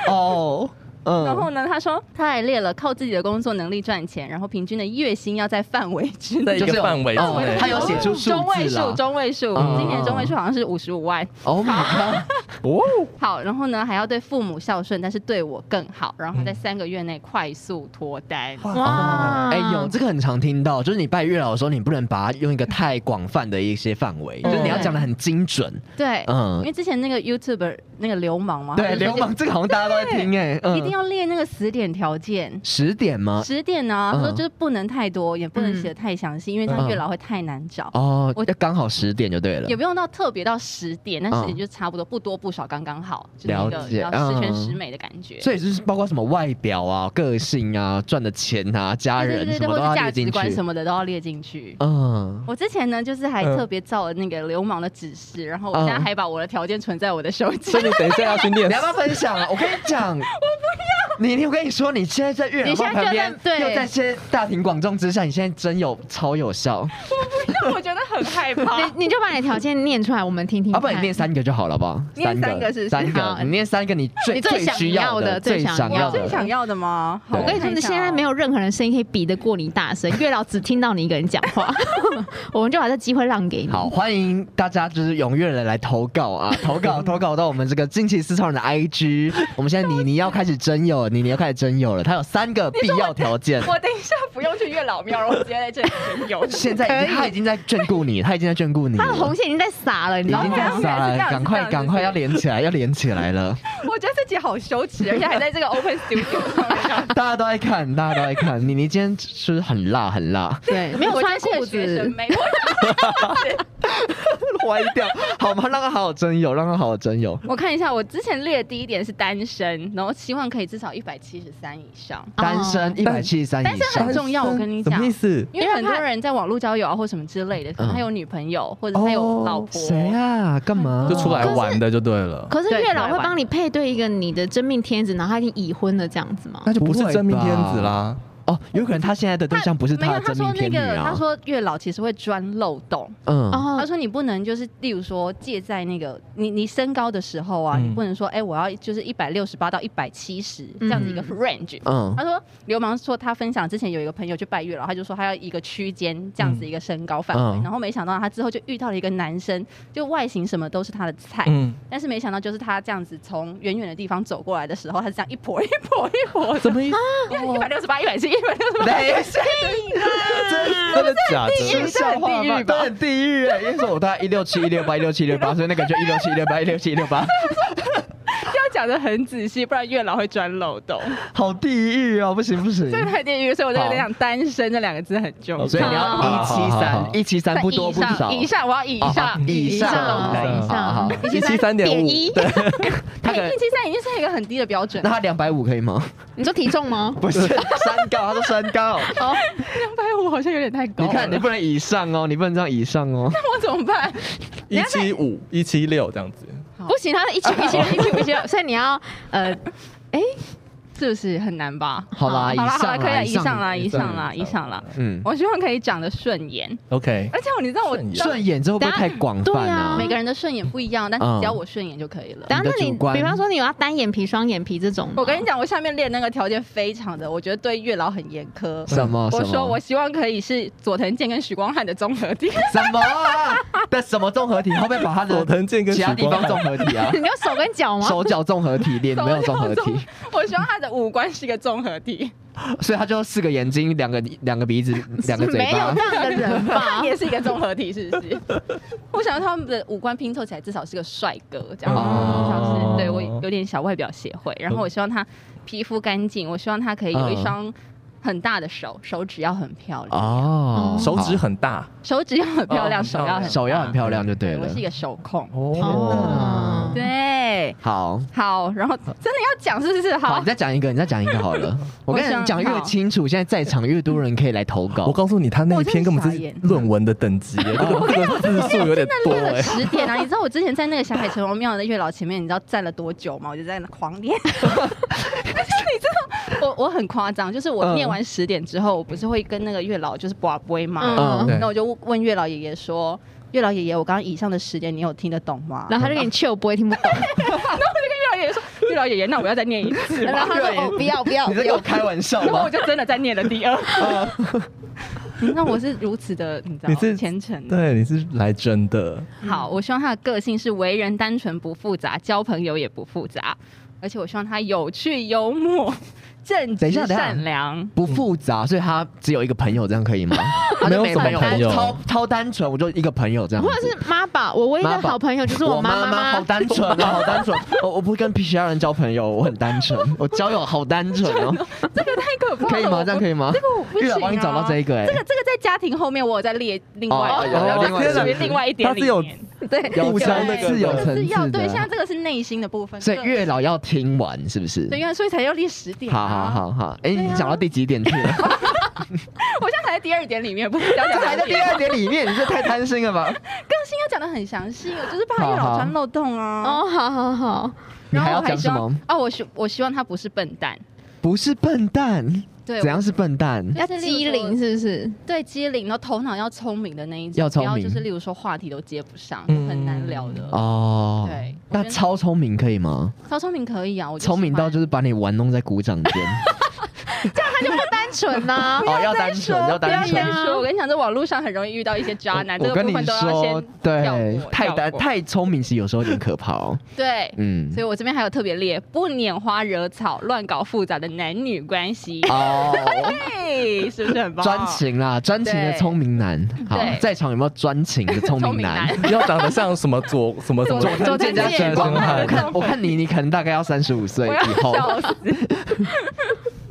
[SPEAKER 3] 哦，嗯
[SPEAKER 2] 然后呢，他说他还列了靠自己的工作能力赚钱，然后平均的月薪要在范围之内
[SPEAKER 1] 嗯在。一
[SPEAKER 3] 就是
[SPEAKER 1] 个
[SPEAKER 3] 有
[SPEAKER 1] 范围之
[SPEAKER 3] 哦
[SPEAKER 1] 内，
[SPEAKER 3] 他有写出数
[SPEAKER 2] 中位
[SPEAKER 3] 字啦
[SPEAKER 2] 数，中位数，
[SPEAKER 3] 嗯
[SPEAKER 2] 今年中位数好像是五十五万。
[SPEAKER 3] Oh my god！
[SPEAKER 1] 哦，
[SPEAKER 2] 好，然后呢还要对父母孝顺，但是对我更好。然后他在三个月内快速脱单。
[SPEAKER 4] 哇
[SPEAKER 3] 哎、有这个很常听到，就是你拜月老的时候，你不能把它用一个太广泛的一些范围，就是你要讲的很精准。
[SPEAKER 2] 对，
[SPEAKER 3] 嗯
[SPEAKER 2] 因为之前那个 YouTube 那个流氓嘛，
[SPEAKER 3] 对，
[SPEAKER 2] 他就说
[SPEAKER 3] 流氓这个好像大家都在听哎、嗯，
[SPEAKER 2] 一定要列那个十点条件。
[SPEAKER 3] 十点吗？
[SPEAKER 2] 十点呢，他说
[SPEAKER 3] 嗯
[SPEAKER 2] 就是不能太多，也不能
[SPEAKER 4] 嗯
[SPEAKER 2] 写的太详细，因为他
[SPEAKER 3] 嗯
[SPEAKER 2] 月老会太难找。
[SPEAKER 3] 哦，
[SPEAKER 2] 我
[SPEAKER 3] 要刚好十点就对了
[SPEAKER 2] 也。不用到特别到十点，但
[SPEAKER 3] 嗯
[SPEAKER 2] 是也就差不多，不多不少，刚刚好，就是一
[SPEAKER 3] 了
[SPEAKER 2] 个
[SPEAKER 3] 解
[SPEAKER 2] 比较十全
[SPEAKER 3] 嗯
[SPEAKER 2] 十美的感觉。
[SPEAKER 3] 所以就是包括什么外表啊、个性啊、赚的钱啊、家
[SPEAKER 2] 对对
[SPEAKER 3] 人
[SPEAKER 2] 对
[SPEAKER 3] 什
[SPEAKER 2] 对，
[SPEAKER 3] 么
[SPEAKER 2] 或
[SPEAKER 3] 都
[SPEAKER 2] 者
[SPEAKER 3] 要
[SPEAKER 2] 价
[SPEAKER 3] 列
[SPEAKER 2] 值
[SPEAKER 3] 进
[SPEAKER 2] 观
[SPEAKER 3] 去
[SPEAKER 2] 什。么的都要列进去。
[SPEAKER 3] 嗯，
[SPEAKER 2] 我之前呢，就是还特别照了那个流氓的指示，然后我现在
[SPEAKER 3] 嗯
[SPEAKER 2] 还把我的条件存在我的手机
[SPEAKER 1] 所。以你等一下要去念
[SPEAKER 3] 你要不要分享啊？我跟你讲，我不要。你你我跟你说，你现在在月老
[SPEAKER 2] 你现
[SPEAKER 3] 庙旁
[SPEAKER 2] 在就
[SPEAKER 3] 边
[SPEAKER 2] 在，对
[SPEAKER 3] 又在些大庭广众之下，你现在真有超有效。嗯
[SPEAKER 2] 我觉得很害 怕。
[SPEAKER 4] 你你就把你的条件念出来，我们听听
[SPEAKER 3] 要啊
[SPEAKER 4] 看。
[SPEAKER 3] 不然你念三个就好了，好不好？
[SPEAKER 2] 嗯念三个是不是
[SPEAKER 3] 三个
[SPEAKER 4] 好，
[SPEAKER 3] 你念三个，你最
[SPEAKER 4] 你最想
[SPEAKER 3] 需
[SPEAKER 4] 要的
[SPEAKER 3] 最
[SPEAKER 4] 最想
[SPEAKER 3] 想要
[SPEAKER 4] 要的
[SPEAKER 2] 我
[SPEAKER 3] 的
[SPEAKER 2] 最想要的吗？好
[SPEAKER 3] 对
[SPEAKER 4] 我跟你说，你现在没。有任何人声音可以比得过你大声，月老只听到你一个人讲话，我们就把这机会让
[SPEAKER 2] 嗯
[SPEAKER 4] 给你。
[SPEAKER 3] 好，，欢迎大家就是踊跃的来投稿 啊，投稿投稿到我们这个惊奇四超人的 IG。我们现 在妮妮要开始征友，妮妮要开始征友了，她有三个必要条件。
[SPEAKER 2] 我等一下不用去月老庙了，我直接在这里神游
[SPEAKER 3] 现在已经她已经在眷顾 你，她已经在眷顾你了，
[SPEAKER 4] 他的红线已经在撒了，你
[SPEAKER 3] 已
[SPEAKER 4] 知道
[SPEAKER 3] 经
[SPEAKER 4] 吗？
[SPEAKER 3] 在撒了，
[SPEAKER 2] 原来是这样
[SPEAKER 3] 赶快
[SPEAKER 2] 是这样
[SPEAKER 3] 赶快要连起来，要连起来了，
[SPEAKER 2] 我觉得自己好羞耻，而且还在这个 Open Studio 上面。
[SPEAKER 3] 大家都在看，大家都在看。妮妮今天是很辣很辣，
[SPEAKER 4] 对， 没有
[SPEAKER 2] 我
[SPEAKER 4] 穿
[SPEAKER 2] 就是个
[SPEAKER 4] 裤
[SPEAKER 2] 学生
[SPEAKER 4] 子，
[SPEAKER 2] 妹，我
[SPEAKER 3] 歪掉好吗？让她好好征友，让她好好征友。
[SPEAKER 2] 我看一下，我之前列的第一点是单身，然后希望可以至少一百七十三以上。
[SPEAKER 3] 单身一百七十三
[SPEAKER 2] 但
[SPEAKER 3] 以
[SPEAKER 2] 是
[SPEAKER 3] 上
[SPEAKER 2] 哦很，重要，我跟你
[SPEAKER 1] 什
[SPEAKER 2] 讲
[SPEAKER 1] 么意，思？
[SPEAKER 2] 因为很多人在网络交友啊或什么之类的，可能他有女朋友或者他有老婆，
[SPEAKER 3] 谁啊？干嘛？
[SPEAKER 1] 就出来玩的就对了，
[SPEAKER 4] 可是
[SPEAKER 2] 对
[SPEAKER 4] 月老会帮你配对一个你的真命天子，然后他已经已婚了这样子吗？
[SPEAKER 1] 那就不是真命天子啦。
[SPEAKER 3] 哦，有可能他现在的对象不是
[SPEAKER 2] 没有，
[SPEAKER 3] 他的
[SPEAKER 2] 他
[SPEAKER 3] 真
[SPEAKER 2] 说
[SPEAKER 3] 命
[SPEAKER 2] 那
[SPEAKER 3] 天女
[SPEAKER 2] 个，
[SPEAKER 3] 啊
[SPEAKER 2] 他。说月老其实会钻漏洞。
[SPEAKER 3] 嗯，
[SPEAKER 4] 哦
[SPEAKER 2] 他，说你不能就是，例如说借在那个你你身高的时候啊，
[SPEAKER 1] 嗯
[SPEAKER 2] 你不能说哎、我要就是一百六十八到一百七十这样子一个 range。
[SPEAKER 3] 嗯
[SPEAKER 2] 他说流氓说他分享之前有一个朋友去拜月老，他就说他要一个区间这样子一个身高范围，
[SPEAKER 3] 嗯
[SPEAKER 2] 然后没想到他之后就遇到了一个男生，就外形什么都是他的菜，
[SPEAKER 1] 嗯，
[SPEAKER 2] 但是没想到就是他这样子从远远的地方走过来的时候，他是这样一跛一跛一跛的
[SPEAKER 1] 什。么意思？
[SPEAKER 2] 一百六十八，一百七，一百六十八，
[SPEAKER 3] 等一下，
[SPEAKER 1] 真的假
[SPEAKER 3] 这
[SPEAKER 1] 的？
[SPEAKER 3] 是笑话吧？都很地狱哎！因为说我大概一六七、一六八、一六七、一六八，所以那个就一六七、一六八、一六七、一六八，
[SPEAKER 2] 要讲的很仔细，不然月老会钻漏洞，
[SPEAKER 3] 好地狱哦！不行不行，
[SPEAKER 2] 这个太地狱。所以我在
[SPEAKER 3] 嗯好
[SPEAKER 2] 讲单身这两个字很重要。
[SPEAKER 3] 所以你要一七三，一七三不多不少，
[SPEAKER 2] 以上我要以上，
[SPEAKER 3] 以上以上，
[SPEAKER 1] 一七三点五，
[SPEAKER 4] 一，
[SPEAKER 3] 他
[SPEAKER 2] 哎，
[SPEAKER 3] 可能
[SPEAKER 2] 一七三已经是一个很低的标准
[SPEAKER 3] 那，他两百五可以吗？
[SPEAKER 4] 你说体重吗？
[SPEAKER 3] 不是身高，他说身高，
[SPEAKER 2] 两百五好像有点太高
[SPEAKER 3] 你
[SPEAKER 2] 了。
[SPEAKER 3] 看你不能以上哦，你不能这样以上哦。
[SPEAKER 2] 我怎么办？
[SPEAKER 1] 一七五、一七六这样子。
[SPEAKER 4] 不行，啊他是一起 一起一起一起，所以你要呃，
[SPEAKER 3] 哎
[SPEAKER 2] 是不是很难吧？
[SPEAKER 3] 好啦，啊以
[SPEAKER 2] 好啦好啦，
[SPEAKER 3] 上
[SPEAKER 2] 可以啦，
[SPEAKER 3] 啦，
[SPEAKER 2] 以上啦，以上啦，
[SPEAKER 1] 以上
[SPEAKER 2] 以上啦。
[SPEAKER 3] 嗯，
[SPEAKER 2] 我希望可以讲的顺眼，
[SPEAKER 1] OK，
[SPEAKER 2] 而且哦你知道我
[SPEAKER 1] 顺眼
[SPEAKER 3] 顺眼之后会不会太广泛啊
[SPEAKER 4] 对
[SPEAKER 2] 每？个人的顺眼不一样，但是
[SPEAKER 3] 嗯
[SPEAKER 2] 只要我顺眼就可以了。
[SPEAKER 4] 然后那
[SPEAKER 3] 你的
[SPEAKER 4] 你
[SPEAKER 3] 主观
[SPEAKER 4] 比方说你有要单眼皮、双眼皮这种吗，，
[SPEAKER 2] 我跟你讲，我下面列那个条件非常的，我觉得对月老很严苛。
[SPEAKER 3] 什么？
[SPEAKER 2] 我
[SPEAKER 3] 什么
[SPEAKER 2] 说我希望可以是佐藤健跟许光汉的综合体，
[SPEAKER 3] 什么啊？的什么综合体？后面把他
[SPEAKER 1] 佐
[SPEAKER 3] 的
[SPEAKER 1] 藤健跟
[SPEAKER 3] 其他
[SPEAKER 1] 许
[SPEAKER 3] 地
[SPEAKER 1] 光
[SPEAKER 3] 方
[SPEAKER 1] 汉
[SPEAKER 3] 综合体啊
[SPEAKER 4] 你有手跟脚吗？
[SPEAKER 3] 手脚综合体，脸没有综合
[SPEAKER 2] 手脚
[SPEAKER 3] 体，
[SPEAKER 2] 我希望他的五官是一个综合体，
[SPEAKER 3] 所以他就四个眼睛，两个两个鼻子，两个嘴
[SPEAKER 4] 没有
[SPEAKER 3] 巴
[SPEAKER 4] 这。样的人吧
[SPEAKER 2] 他？也是一个综合体，是不是？ 我想要他们的五官拼凑起来至少是个帅哥，这样子，
[SPEAKER 3] 哦
[SPEAKER 2] 像是对我有点小外表协会。然后我希望他皮肤干净，我希望他可以有一双。很大的手，手指要很漂亮，
[SPEAKER 3] 哦，
[SPEAKER 1] 手指
[SPEAKER 3] 好
[SPEAKER 1] 很大，
[SPEAKER 2] 手指要很漂亮，
[SPEAKER 1] 哦
[SPEAKER 2] 手要很
[SPEAKER 3] 手要很漂亮就对
[SPEAKER 2] 对我
[SPEAKER 3] 了
[SPEAKER 2] 是。一个手控，
[SPEAKER 4] 哦，
[SPEAKER 2] 对。
[SPEAKER 3] 好，
[SPEAKER 2] 好，然后真的要讲是不是？
[SPEAKER 3] 好，
[SPEAKER 2] 好
[SPEAKER 3] 你，再讲一个，你再讲一个好了。我跟
[SPEAKER 2] 我想
[SPEAKER 3] 你讲越清楚，现在在场越多人可以来投稿。
[SPEAKER 1] 我告诉你，他那一篇根本
[SPEAKER 2] 我真的傻
[SPEAKER 1] 是
[SPEAKER 2] 眼
[SPEAKER 1] 论文的等级耶，这个这个字数有点多
[SPEAKER 2] 练了
[SPEAKER 1] 哎。
[SPEAKER 2] 十点啊！你知道我之前在那个霞海城隍庙的月老前面，你知道站了多久 吗？我就在那狂练。但是你知道，我我很夸张，就是我念完十点之后，我不是会跟那个月老就是卜龟嘛？
[SPEAKER 4] 嗯，
[SPEAKER 1] 对
[SPEAKER 2] 那我就问月老爷爷说：“月老爷爷，我刚刚以上的十点，你有听得懂吗？”
[SPEAKER 4] 然后他就给你 chill 不会听不 懂，
[SPEAKER 2] 月老爷爷说：“月老爷爷，那我要再念一次。”
[SPEAKER 4] 然后他说哦不要不要，
[SPEAKER 3] 你在跟我开玩笑
[SPEAKER 2] 然后
[SPEAKER 3] 吗
[SPEAKER 2] 我？就真的再念了第二。 嗯那我是如此的，你知
[SPEAKER 1] 你
[SPEAKER 2] 道
[SPEAKER 1] 是
[SPEAKER 2] 虔诚。
[SPEAKER 1] 对，你是来真的，
[SPEAKER 4] 嗯
[SPEAKER 2] 好，我希望他的个性是为人单纯不复杂，交朋友也不复杂，而且我希望他有趣幽默、正
[SPEAKER 3] 等
[SPEAKER 2] 直
[SPEAKER 3] 一下等一下
[SPEAKER 2] 善良。
[SPEAKER 3] 不复杂，所以他只有一个朋友，这样可以吗？他就
[SPEAKER 1] 没有什么朋友
[SPEAKER 3] 超超单纯，我就一个朋友这样子。
[SPEAKER 4] 或者是妈宝，我唯一的好朋友就是
[SPEAKER 3] 我
[SPEAKER 4] 妈
[SPEAKER 3] 妈，好
[SPEAKER 4] 妈。
[SPEAKER 3] 单纯啊，好单纯。我我不跟其他人交朋友，我很单纯，我交友好单纯哦。
[SPEAKER 2] 太可怕
[SPEAKER 3] 可
[SPEAKER 2] 了，
[SPEAKER 3] 以吗？这样可
[SPEAKER 2] 以。
[SPEAKER 3] 以吗
[SPEAKER 2] 这？个我不
[SPEAKER 3] 月
[SPEAKER 2] 行、
[SPEAKER 3] 老
[SPEAKER 2] 啊。
[SPEAKER 3] 帮你找到这一个，哎
[SPEAKER 2] 这，个这个在家庭后面我有在列另外
[SPEAKER 3] 哦
[SPEAKER 2] 一
[SPEAKER 3] 哦
[SPEAKER 2] 个，
[SPEAKER 3] 哦
[SPEAKER 2] 这个属于另外一点
[SPEAKER 1] 它是有
[SPEAKER 2] 里面。对，
[SPEAKER 3] 有
[SPEAKER 1] 互相那
[SPEAKER 3] 层
[SPEAKER 1] 个
[SPEAKER 3] 次，有层
[SPEAKER 2] 是
[SPEAKER 3] 次
[SPEAKER 2] 要
[SPEAKER 3] 的。
[SPEAKER 2] 对，像这个是内心的部分。
[SPEAKER 3] 所以
[SPEAKER 2] 个
[SPEAKER 3] 月老要听完是不是？
[SPEAKER 2] 对呀，所以才要列十点、
[SPEAKER 3] 好
[SPEAKER 2] 啊
[SPEAKER 3] 好，好好，哎，你讲到第几点去了？
[SPEAKER 2] 我现在才在第二点里面，不是讲讲
[SPEAKER 3] 这还在第二点里面，你这太贪心了吧？
[SPEAKER 2] 个性要讲的很详细，我就是怕月老钻漏洞啊。
[SPEAKER 4] 哦，好好好，
[SPEAKER 3] 你
[SPEAKER 2] 然后
[SPEAKER 3] 还要
[SPEAKER 2] 我还
[SPEAKER 3] 讲
[SPEAKER 2] 希
[SPEAKER 3] 什
[SPEAKER 2] 望
[SPEAKER 3] 么？
[SPEAKER 2] 哦，我希我希望他不是笨蛋，
[SPEAKER 3] 不是笨蛋，
[SPEAKER 2] 对，
[SPEAKER 3] 怎样是笨蛋？
[SPEAKER 4] 要
[SPEAKER 2] 就是例
[SPEAKER 4] 机
[SPEAKER 2] 如说
[SPEAKER 4] 灵是不是？
[SPEAKER 2] 对机灵，然后头脑要聪明的那一种，
[SPEAKER 3] 要聪明
[SPEAKER 2] 不就是例如说话题都接不上，
[SPEAKER 1] 嗯
[SPEAKER 2] 很难聊的。
[SPEAKER 3] 哦，
[SPEAKER 2] 对，
[SPEAKER 3] 那
[SPEAKER 2] 我觉得
[SPEAKER 3] 超聪明可以吗？
[SPEAKER 2] 超聪明可以啊，我就喜欢
[SPEAKER 3] 聪明到就是把你玩弄在鼓掌 间。
[SPEAKER 4] 单纯啊 呐，
[SPEAKER 3] 哦，要单
[SPEAKER 2] 说
[SPEAKER 3] 纯，要
[SPEAKER 2] 不要
[SPEAKER 3] 单纯
[SPEAKER 2] 先。说，我跟你讲，在网络上很容易遇到一些渣啊男，这
[SPEAKER 3] 我
[SPEAKER 2] 个
[SPEAKER 3] 跟
[SPEAKER 2] 部
[SPEAKER 3] 你
[SPEAKER 2] 分都要
[SPEAKER 3] 说
[SPEAKER 2] 先，
[SPEAKER 3] 对
[SPEAKER 2] 跳，过
[SPEAKER 3] 太
[SPEAKER 2] 跳
[SPEAKER 3] 单
[SPEAKER 2] 过
[SPEAKER 3] 太聪明其实有时候有点可怕哦。
[SPEAKER 2] 对。
[SPEAKER 3] 嗯
[SPEAKER 2] 所，以我这边还有特别列，不拈花惹草、乱搞复杂的男女关系，
[SPEAKER 3] 哦，
[SPEAKER 2] 嘿，是不是很棒？
[SPEAKER 3] 专情啦，专情的
[SPEAKER 2] 对
[SPEAKER 3] 聪明男。好
[SPEAKER 2] 对，
[SPEAKER 3] 在场有没有专情的聪
[SPEAKER 2] 聪
[SPEAKER 3] 明
[SPEAKER 2] 明
[SPEAKER 3] 男？
[SPEAKER 2] 男
[SPEAKER 1] 要长得像什么左 什么什么
[SPEAKER 2] 左
[SPEAKER 4] 左
[SPEAKER 3] 这
[SPEAKER 4] 藤
[SPEAKER 3] 家
[SPEAKER 4] 健
[SPEAKER 3] 神
[SPEAKER 1] 光
[SPEAKER 3] 我
[SPEAKER 1] 汉
[SPEAKER 3] 看我看你，你可能大概要三十五岁
[SPEAKER 2] 我要
[SPEAKER 3] 以后。
[SPEAKER 2] 笑死。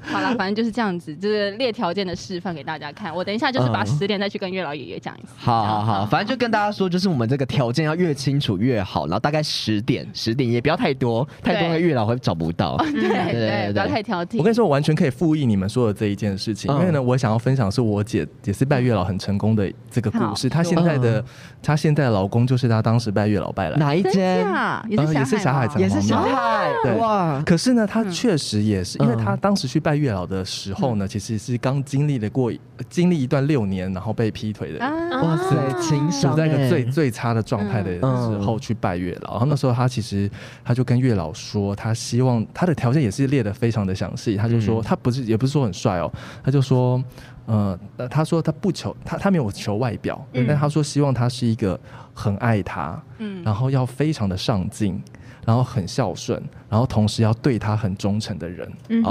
[SPEAKER 2] 好了，反正就是这样子，就是列条件的示范给大家看。我等一下就是把
[SPEAKER 3] 嗯
[SPEAKER 2] 十点再去跟月老爷爷讲一次。
[SPEAKER 3] 好好好，反正就跟大家说，就是我们这个条件要越清楚越好，然后大概十点，十点也不要太多，太多
[SPEAKER 2] 对
[SPEAKER 3] 的月老会找不到。
[SPEAKER 2] 对
[SPEAKER 3] 对对
[SPEAKER 2] 对，不要
[SPEAKER 3] 对
[SPEAKER 2] 太挑剔。
[SPEAKER 1] 我跟你说，我完全可以复议你们说的这一件事情，
[SPEAKER 3] 嗯
[SPEAKER 1] 因为呢，我想要分享是我姐也是拜月老很成功的这个故事。
[SPEAKER 2] 好
[SPEAKER 1] 她现在的
[SPEAKER 3] 嗯
[SPEAKER 1] 她现在的老公就是她当时拜月老拜来的，
[SPEAKER 3] 哪一
[SPEAKER 2] 真
[SPEAKER 3] 间？
[SPEAKER 2] 假
[SPEAKER 1] 呃
[SPEAKER 2] 也
[SPEAKER 1] 也
[SPEAKER 2] 是霞
[SPEAKER 1] 是霞
[SPEAKER 2] 海
[SPEAKER 1] 海
[SPEAKER 2] 吗
[SPEAKER 1] 城
[SPEAKER 3] 也是小海
[SPEAKER 1] 对，
[SPEAKER 3] 哇，
[SPEAKER 1] 可是呢，她
[SPEAKER 2] 嗯
[SPEAKER 1] 确实也是，因为
[SPEAKER 3] 嗯
[SPEAKER 1] 她当时去拜月老的时候呢，其实是刚经历了过经历一段六年，然后被劈腿的
[SPEAKER 2] 啊
[SPEAKER 3] 哇塞，情商
[SPEAKER 1] 处在一
[SPEAKER 3] 欸
[SPEAKER 1] 个最最差的状态的
[SPEAKER 4] 嗯
[SPEAKER 1] 时候去拜月老，然后那时候他其实他就跟月老说，他希望他的条件也是列的非常的详细，他就说
[SPEAKER 3] 嗯
[SPEAKER 1] 他不是也不是说很帅哦，他就说呃呃他说他不求他他没有求外表，
[SPEAKER 4] 嗯
[SPEAKER 1] 但他说希望他是一个很爱他，
[SPEAKER 2] 嗯
[SPEAKER 1] 然后要非常的上进，然后很孝顺，然后同时要对他很忠诚的人，
[SPEAKER 4] 嗯